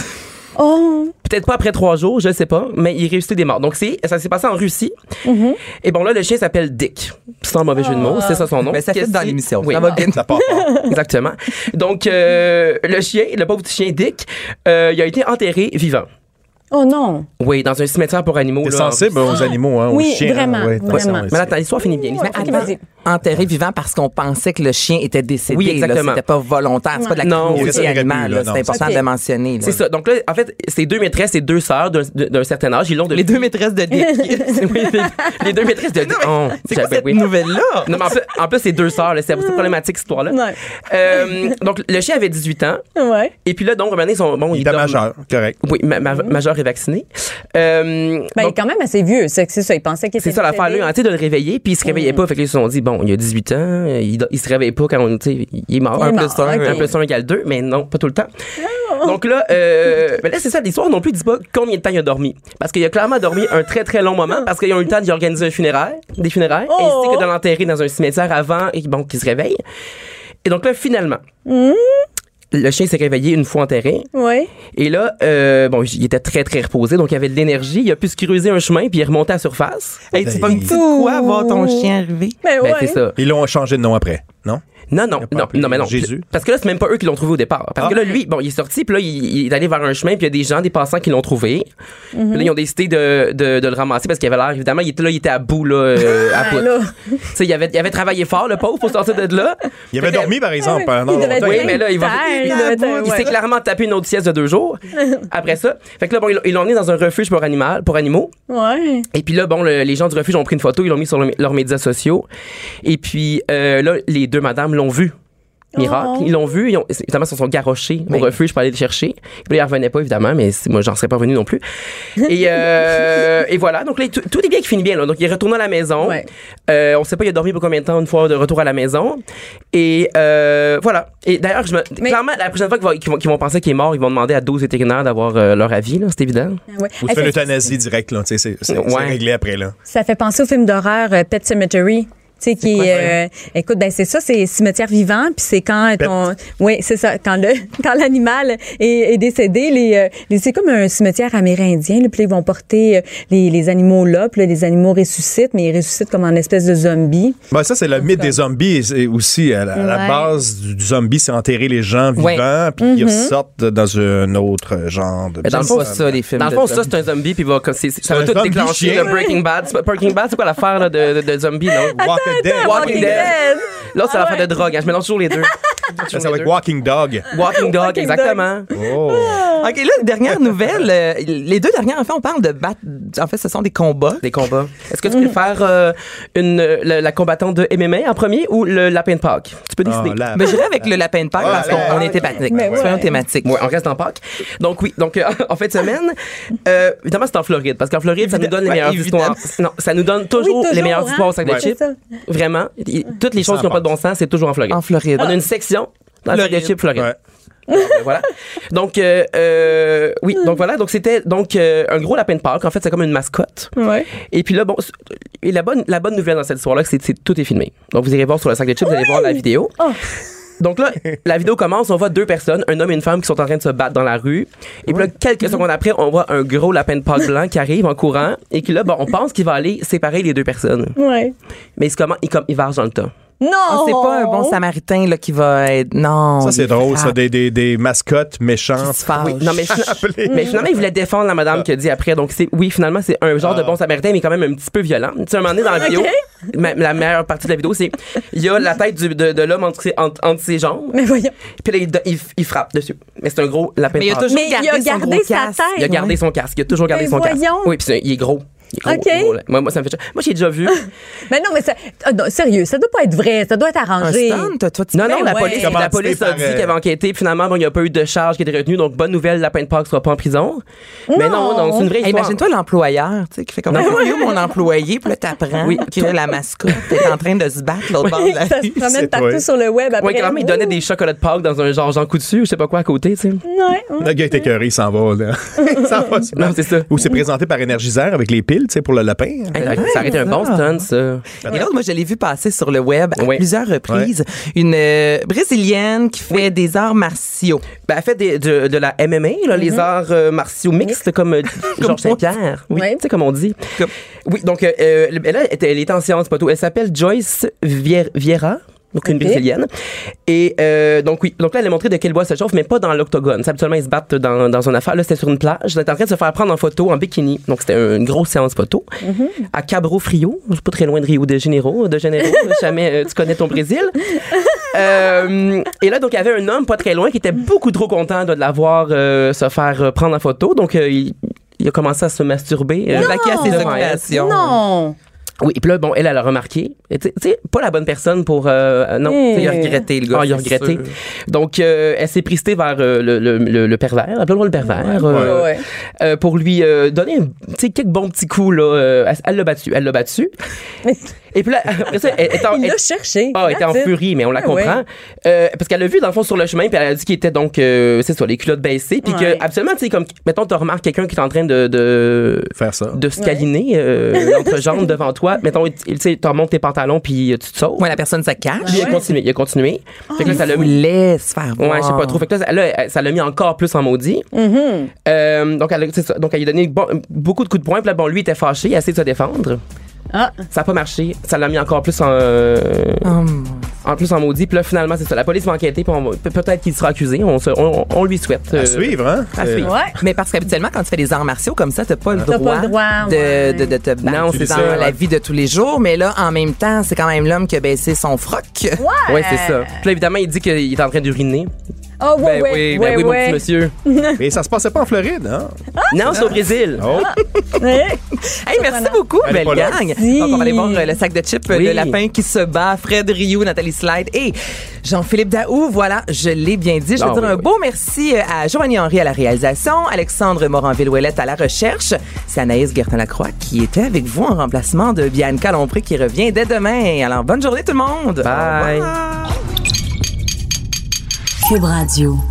B: Oh!
D: Peut-être pas après trois jours, je sais pas, mais il réussit des morts. Donc, c'est, ça s'est passé en Russie. Et bon, là, le chien s'appelle Dick. C'est un mauvais jeu de mots, c'est ça son nom.
A: Mais Ah. Ben, ça fait
D: Qu'est-ce
A: dans
D: qui-
A: l'émission.
D: Oui.
A: Ça va bien.
C: Ça part
B: Oh,
C: pas.
D: Exactement. Donc, euh, le chien, le pauvre petit chien Dick, euh, il a été enterré vivant.
B: Oh non!
D: Oui, dans un cimetière pour animaux.
C: T'es
D: là,
C: sensible
D: en Russie.
C: aux animaux, hein, aux
B: Oui,
C: chiens. hein,
B: vraiment,
C: ouais, attention,
B: vraiment.
C: ouais,
D: Mais
C: c'est-
D: attends, l'histoire finit bien. l'histoire
B: Ok,
D: finit bien.
B: vas-y.
A: Euh, Enterré vivant parce qu'on pensait que le chien était décédé.
D: Oui,
A: là.
D: exactement.
A: C'était pas volontaire. C'est pas de la
D: Non,
A: cruauté
C: c'est ça, il aurait
A: animale,
C: pu,
A: là.
C: là, non,
A: C'est important
B: c'est
A: de
B: ça.
A: le mentionner. là.
D: C'est ça. Donc là, en fait, c'est deux maîtresses et deux sœurs d'un de- d'un certain âge. Ils l'ont de...
A: Les deux maîtresses de Dick.
D: Oui, les- les deux maîtresses de Dick. Oh,
A: C'est quoi
D: j'avais-
A: cette
D: oui.
A: nouvelle-là?
D: Non, mais en plus, en plus, c'est deux sœurs, là, c'est c'est problématique cette histoire-là.
B: Ouais.
D: Euh, donc, le chien avait 18 ans.
B: Ouais.
D: Et puis là, donc, Romané, son. Bon,
C: Il était
D: dort-
C: majeur, correct.
D: Oui, ma- ma- majeur et vacciné. Euh,
B: Ben,
D: donc,
B: quand même assez vieux, c'est c'est ça. Il pensait qu'il était.
D: c'est ça l'affaire, là, hein, tu sais, de le réveiller, puis il se réveillait pas. Fait que là, ils se sont dit, bon, il a 18 ans, euh, il, do- il se réveille pas quand on, tu sais, il est mort.
B: Il est
D: un
B: mort,
D: plus un,
B: ok.
D: un plus un égale deux, mais non, pas tout le temps. Donc là, euh, ben là c'est ça, l'histoire non plus dit pas combien de temps il a dormi. Parce qu'il a clairement dormi un très très long moment, parce qu'ils ont eu le temps d'y organiser un funéraire, des funérailles,
B: Oh!
D: ainsi que de l'enterrer dans un cimetière avant, et bon, qu'il se réveille. Et donc là, finalement,
B: Hmm?
D: le chien s'est réveillé une fois enterré.
B: Oui.
D: Et là, euh, bon, il était très, très reposé, donc il avait de l'énergie. Il a pu se creuser un chemin, puis il est remonté à la surface.
A: Hey, tu pas une petite
B: Ouh.
A: quoi voir ton chien arriver?
B: Ben,
D: Ben,
B: ouais.
D: c'est ça.
C: Ils l'ont changé de nom après, non?
D: Non, non,
C: Il a pas
D: non,
C: appelé
D: non, mais non.
C: Jésus.
D: Parce que là, c'est même pas eux qui l'ont trouvé au départ. Parce
B: Ah.
D: que là, lui, bon, il est sorti, puis là, il, il est allé vers un chemin, puis il y a des gens, des passants qui l'ont trouvé.
B: Mhm.
D: Puis là, ils ont décidé de, de, de le ramasser parce qu'il avait l'air, évidemment, il était là, il était à bout, là, euh, à
B: Ah,
D: pout.
B: là.
D: Tu sais, il avait, il avait travaillé fort, le pauvre, pour sortir de là.
C: Il avait
D: Fait que-
C: dormi, par exemple,
B: Ah oui,
C: pendant
B: il devait
C: longtemps.
B: être
D: Oui,
B: Terre,
D: mais là, il va.
B: terre,
D: il-
B: euh,
D: il-
B: terre,
D: il
B: ouais.
D: s'est clairement tapé une autre sieste de deux jours après ça. Fait que là, bon, ils l'ont- ils l'ont emmené dans un refuge pour, animal, pour animaux.
B: Ouais.
D: Et puis là, bon, le- les gens du refuge ont pris une photo, ils l'ont mis sur le- leurs médias sociaux. Et puis euh, là, les deux madames l'ont vu. Miracle.
B: Oh.
D: Ils l'ont vu, ils ont, évidemment, ils se sont garochés
A: Oui.
D: au refuge pour aller le chercher. Puis là, ils revenaient pas, évidemment, mais c'est- moi, j'en serais pas revenu non plus. Et, euh, et voilà. Donc, là, tout, tout est bien qui finit bien. Là. Donc, il est retourné à la maison.
B: Ouais.
D: Euh, on sait pas, il a dormi pour combien de temps une fois de retour à la maison. Et euh, voilà. Et d'ailleurs, je me-
B: Mais-
D: clairement, la prochaine fois qu'ils vont, qu'ils vont- qu'ils vont penser qu'il est mort, ils vont demander à 12 vétérinaires d'avoir euh, leur avis, là, c'est évident.
B: Ah Ouais.
C: Ou
B: Hey,
C: tu fais
B: ça-
C: l'euthanasie direct, là. tu sais, C'est c'est-
D: Ouais.
C: c'est réglé après, là.
B: Ça fait penser au film d'horreur euh, Pet Cemetery. Tu sais, qui,
D: quoi, ça?
B: euh, écoute, ben c'est ça, c'est cimetière vivant, puis c'est quand
C: Pet.
B: ton, oui, c'est ça, quand le, quand l'animal est, est décédé, les, euh, les- c'est comme un cimetière amérindien, là, puis là, ils vont porter euh, les, les animaux là, puis là, les animaux ressuscitent, mais ils ressuscitent comme en espèce de zombies.
C: Ben, ça, c'est le mythe des zombies et c'est aussi. À la, à la
B: Ouais.
C: base du, du zombie, c'est enterrer les gens vivants,
A: Ouais.
C: puis ils ressortent dans un autre genre de.
D: dans le
A: C'est
D: fond,
A: pas ça, les films.
D: Dans le
A: de
D: fond,
A: ça.
D: ça, c'est un zombie, puis il va, comme c'est- c'est- ça va
C: un
D: tout
C: zombie
D: déclencher.
C: chien.
D: Le Breaking Bad. C'est pas- Breaking Bad, c'est quoi l'affaire là, de, de, de zombie, non?
C: Walk Dead.
D: Walking Dead. L'autre, c'est
B: Ah
D: l'affaire
B: ouais.
D: de drogue. hein. Je mélange toujours les deux.
C: Ça, ça va être Walking Dog.
D: Walking Dog,
B: Walking Dog.
D: exactement.
C: Oh.
A: OK, là, dernière nouvelle. euh, les deux dernières, en fait, on parle de bat. En fait, ce sont des combats.
D: Des combats. Est-ce que tu préfères euh, une, euh, la, la combattante de MMA en premier ou le lapin de Pâques? Tu peux décider.
C: Ah, là.
A: Mais j'irai avec le lapin de Pâques
C: Ah,
A: parce qu'on
C: là.
A: on est thématique.
B: Mais ouais.
A: Soyons thématiques.
D: Ouais, on reste en Pâques. Donc oui, donc euh, en fin de semaine, euh, évidemment c'est en Floride parce qu'en Floride ça nous donne les
A: Ouais,
D: meilleures
A: évidemment.
D: histoires. Non, ça nous donne toujours,
B: Oui, toujours,
D: les meilleures
B: hein.
D: histoires au sac de
B: Ouais.
D: chips.
B: C'est ça.
D: Vraiment, Il- toutes les choses
C: en
D: qui n'ont pas de
C: Pâques.
D: bon sens, c'est toujours en Floride.
A: En Floride.
D: On a une section dans le sac de
A: Ah. Floride.
D: chips Floride.
C: Ouais.
D: Ben, voilà. Donc euh, euh, oui, donc voilà, donc c'était donc euh, un gros lapin de Pâques. En fait, c'est comme une mascotte.
B: Ouais.
D: Et puis là, bon, c- et la bonne, la bonne nouvelle dans cette histoire-là, c'est que tout est filmé. Donc, vous irez voir sur le sac de chips, vous allez voir la vidéo.
B: Oh.
D: Donc là, la vidéo commence, on voit deux personnes, un homme et une femme qui sont en train de se battre dans la rue. Et puis là, quelques secondes après, on voit un gros lapin de Pâques blanc qui arrive en courant et qui là, bon, on pense qu'il va aller séparer les deux personnes.
B: Ouais.
D: Mais il, se commen- il, com- il verse dans le temps.
B: Non!
A: Ah, c'est pas un
D: Oh.
A: bon samaritain là, qui va être. Non.
C: Ça,
A: il
C: c'est drôle, ça,
A: frappe,
C: des, des, des mascottes
A: il
C: méchantes.
A: se fâche.
D: Ah, Oui, non, mais, fina- mais finalement, il voulait défendre la madame qui a dit après. Donc, c'est, oui, finalement, c'est un genre de bon samaritain, mais quand même un petit peu violent. Tu sais, un moment donné dans la vidéo, ma- la meilleure partie de la vidéo, c'est il y a la tête du- de, de l'homme entre, ses- entre- entre ses jambes,
B: Mais voyons.
D: puis là, il, il- il frappe dessus. Mais c'est un gros lapin
A: Mais il
D: de
A: a
D: Pâques.
A: toujours
B: Mais
A: gardé,
B: il a
A: son
B: gardé
A: gros
B: sa
A: casque.
B: tête.
D: Il a gardé son casque. Il a toujours gardé
B: Mais
D: son
B: voyons.
D: casque. Oui, puis c'est un- il est gros. Il est gros,
B: OK.
D: gros, là. Moi, moi, ça me fait chier. Moi, j'ai déjà vu.
B: Mais non, mais ça, ah, non, sérieux, ça doit pas être vrai. Ça doit être
A: Un
B: arrangé.
A: stunt, toi, tu
D: Non, non, la
B: ouais.
D: police,
C: Commandité
D: la police a
C: par,
D: dit
C: euh,
D: qu'elle avait enquêté, puis finalement, bon, il n'y a pas eu de charge qui a été retenue, donc bonne nouvelle, la peine de Pâques ne sera pas en prison. Mais non, non, c'est une vraie
A: Hey,
D: histoire.
A: Imagine-toi l'employeur, tu sais, qui fait comme
D: Non.
A: Il est où mon employé, puis là, t'apprends
D: Oui.
A: que la mascotte est en train de se battre l'autre bord de la
B: Ça se
A: rue.
B: promène
C: c'est
B: partout
C: toi.
B: sur le web après. oh.
D: Oui, quand même, il donnait des chocolats de Pâques dans un genre Jean Coutu, je sais pas quoi à côté, tu sais.
B: Ouais, ouais.
C: Le gars est écœuré, il s'en va. Là. il s'en va. sur-
D: Non, c'est ça.
C: Ou c'est présenté par Énergiseur avec les piles, tu sais, pour le lapin.
D: Hey, ça aurait été un bon stunt, ça.
A: Et l'autre, moi, je l'ai vu passer sur le web à
D: Oui.
A: plusieurs reprises. Une euh, Brésilienne qui fait des arts martiaux.
D: Ben, elle fait des- de, de la MMA, là,
B: Mhm.
D: les arts euh, martiaux mixtes, comme, euh, Georges Saint-Pierre. Oui,
B: Ouais.
D: tu sais, comme on dit.
A: Comme-
D: Oui, donc, euh, euh, elle, elle est- elle est en séance, pas tout. Elle s'appelle Joyce Vier- Vieira. Donc, une
B: Ok.
D: brésilienne. Et euh, donc, oui. Donc, là, elle a montré de quel bois se chauffe, mais pas dans l'octogone. Ça, Habituellement, ils se battent dans, dans une affaire. Là, c'était sur une plage. Elle était en train de se faire prendre en photo en bikini. Donc, c'était une grosse séance photo.
B: Mhm.
D: À Cabo Frio. C'est pas très loin de Rio de Janeiro. De Janeiro. jamais euh, tu connais ton Brésil. Euh, et là, donc, il y avait un homme pas très loin qui était beaucoup trop content de la voir euh, se faire euh, prendre en photo. Donc, euh, il, il a commencé à se masturber. euh,
A: Là, qui a ses
D: devant elle.
A: occupations.
B: Non!
D: Oui, puis là, bon, elle, elle a remarqué. Et Tu sais- tu sais, pas la bonne personne pour. euh, non,
B: Mmh.
D: tu sais,
A: Il a regretté, le gars,
D: Ah, il a
A: c'est
D: regretté.
A: sûr.
D: Donc, euh, elle s'est pristée vers euh, le, le, le, le pervers, appelons-le le pervers, euh,
B: ouais.
D: euh, pour lui euh, donner un- tu sais, quelques bons petits coups. Là, euh, elle- elle l'a battu, elle l'a battu. Et puis là, après ça, elle, elle-
B: Il
D: elle-
B: l'a cherché.
D: ah, elle était en
B: That's it.
D: furie, mais on la
B: Ah ouais.
D: comprend. Euh, parce qu'elle l'a vu, dans le fond, sur le chemin, puis elle a dit qu'il était donc, euh, c'est ça, les culottes baissées. Puis
B: Ouais.
D: que, absolument, tu sais, comme, mettons, tu remarques quelqu'un qui est en train de, de,
C: Faire ça.
D: de se câliner euh, l'entrejambe devant toi. Mettons, il- il- tu sais, tu remontes tes pantalons, puis euh, tu te sauves.
A: Ouais, la personne se cache.
D: Puis il a continué, il a continué.
B: Oh,
D: fait que là, ça l'a
A: Elle
D: mis.
A: laisse faire voir.
D: Ouais, je sais pas trop. Fait que là, ça- là, elle- ça l'a mis encore plus en maudit.
B: Mm-hmm.
D: Euh, donc, elle, a- c'est ça. donc, elle lui a donné bon- beaucoup de coups de poing. Puis là, bon, lui, il était fâché, il a essayé de se défendre.
B: Ah.
D: Ça n'a pas marché. Ça l'a mis encore plus en. euh,
A: Oh, mon Dieu.
D: en plus, en maudit. Puis là, finalement, c'est ça. La police va enquêter. Puis on va- pe- peut-être qu'il sera accusé. On, se- on, on lui souhaite. euh,
C: À suivre, hein?
D: à
C: Euh,
D: suivre.
B: Ouais.
A: Mais parce qu'habituellement, quand tu fais des arts martiaux comme ça, t'as pas le
B: T'as
A: droit,
B: pas le droit,
A: de,
B: ouais.
A: de, de te battre
D: Non, c'est
A: dans
D: ça,
A: la
D: ouais.
A: vie de tous les jours. Mais là, en même temps, c'est quand même l'homme qui a baissé son froc.
B: Ouais.
D: Ouais, c'est ça. Puis là, évidemment, il dit qu'il est en train d'uriner.
B: Ah, ouais,
D: Ben
B: ouais,
D: oui, ben
B: ouais,
D: oui, mon
B: ouais.
D: petit monsieur.
C: Mais ça se passait pas en Floride, hein?
D: Non, c'est au Brésil.
C: Oh,
A: Hey, merci beaucoup,
C: Elle
A: belle
C: est pas là.
A: gang.
B: Merci.
A: Donc, on va aller voir euh, le sac de chips euh,
D: Oui.
A: de lapin qui se bat. Fred Rioux, Nathalie Slide et Jean-Philippe Daou. Voilà, je l'ai bien dit. Je
D: Ah,
A: veux dire
D: oui,
A: un
D: oui.
A: beau merci euh, à Joanie Henry à la réalisation, Alexandre Moranville-Ouellette à la recherche. C'est Anaïs Gertin-Lacroix qui était avec vous en remplacement de Bianca Lompré qui revient dès demain. Alors, bonne journée tout le monde.
D: Bye.
A: Au revoir.
E: Cube Radio.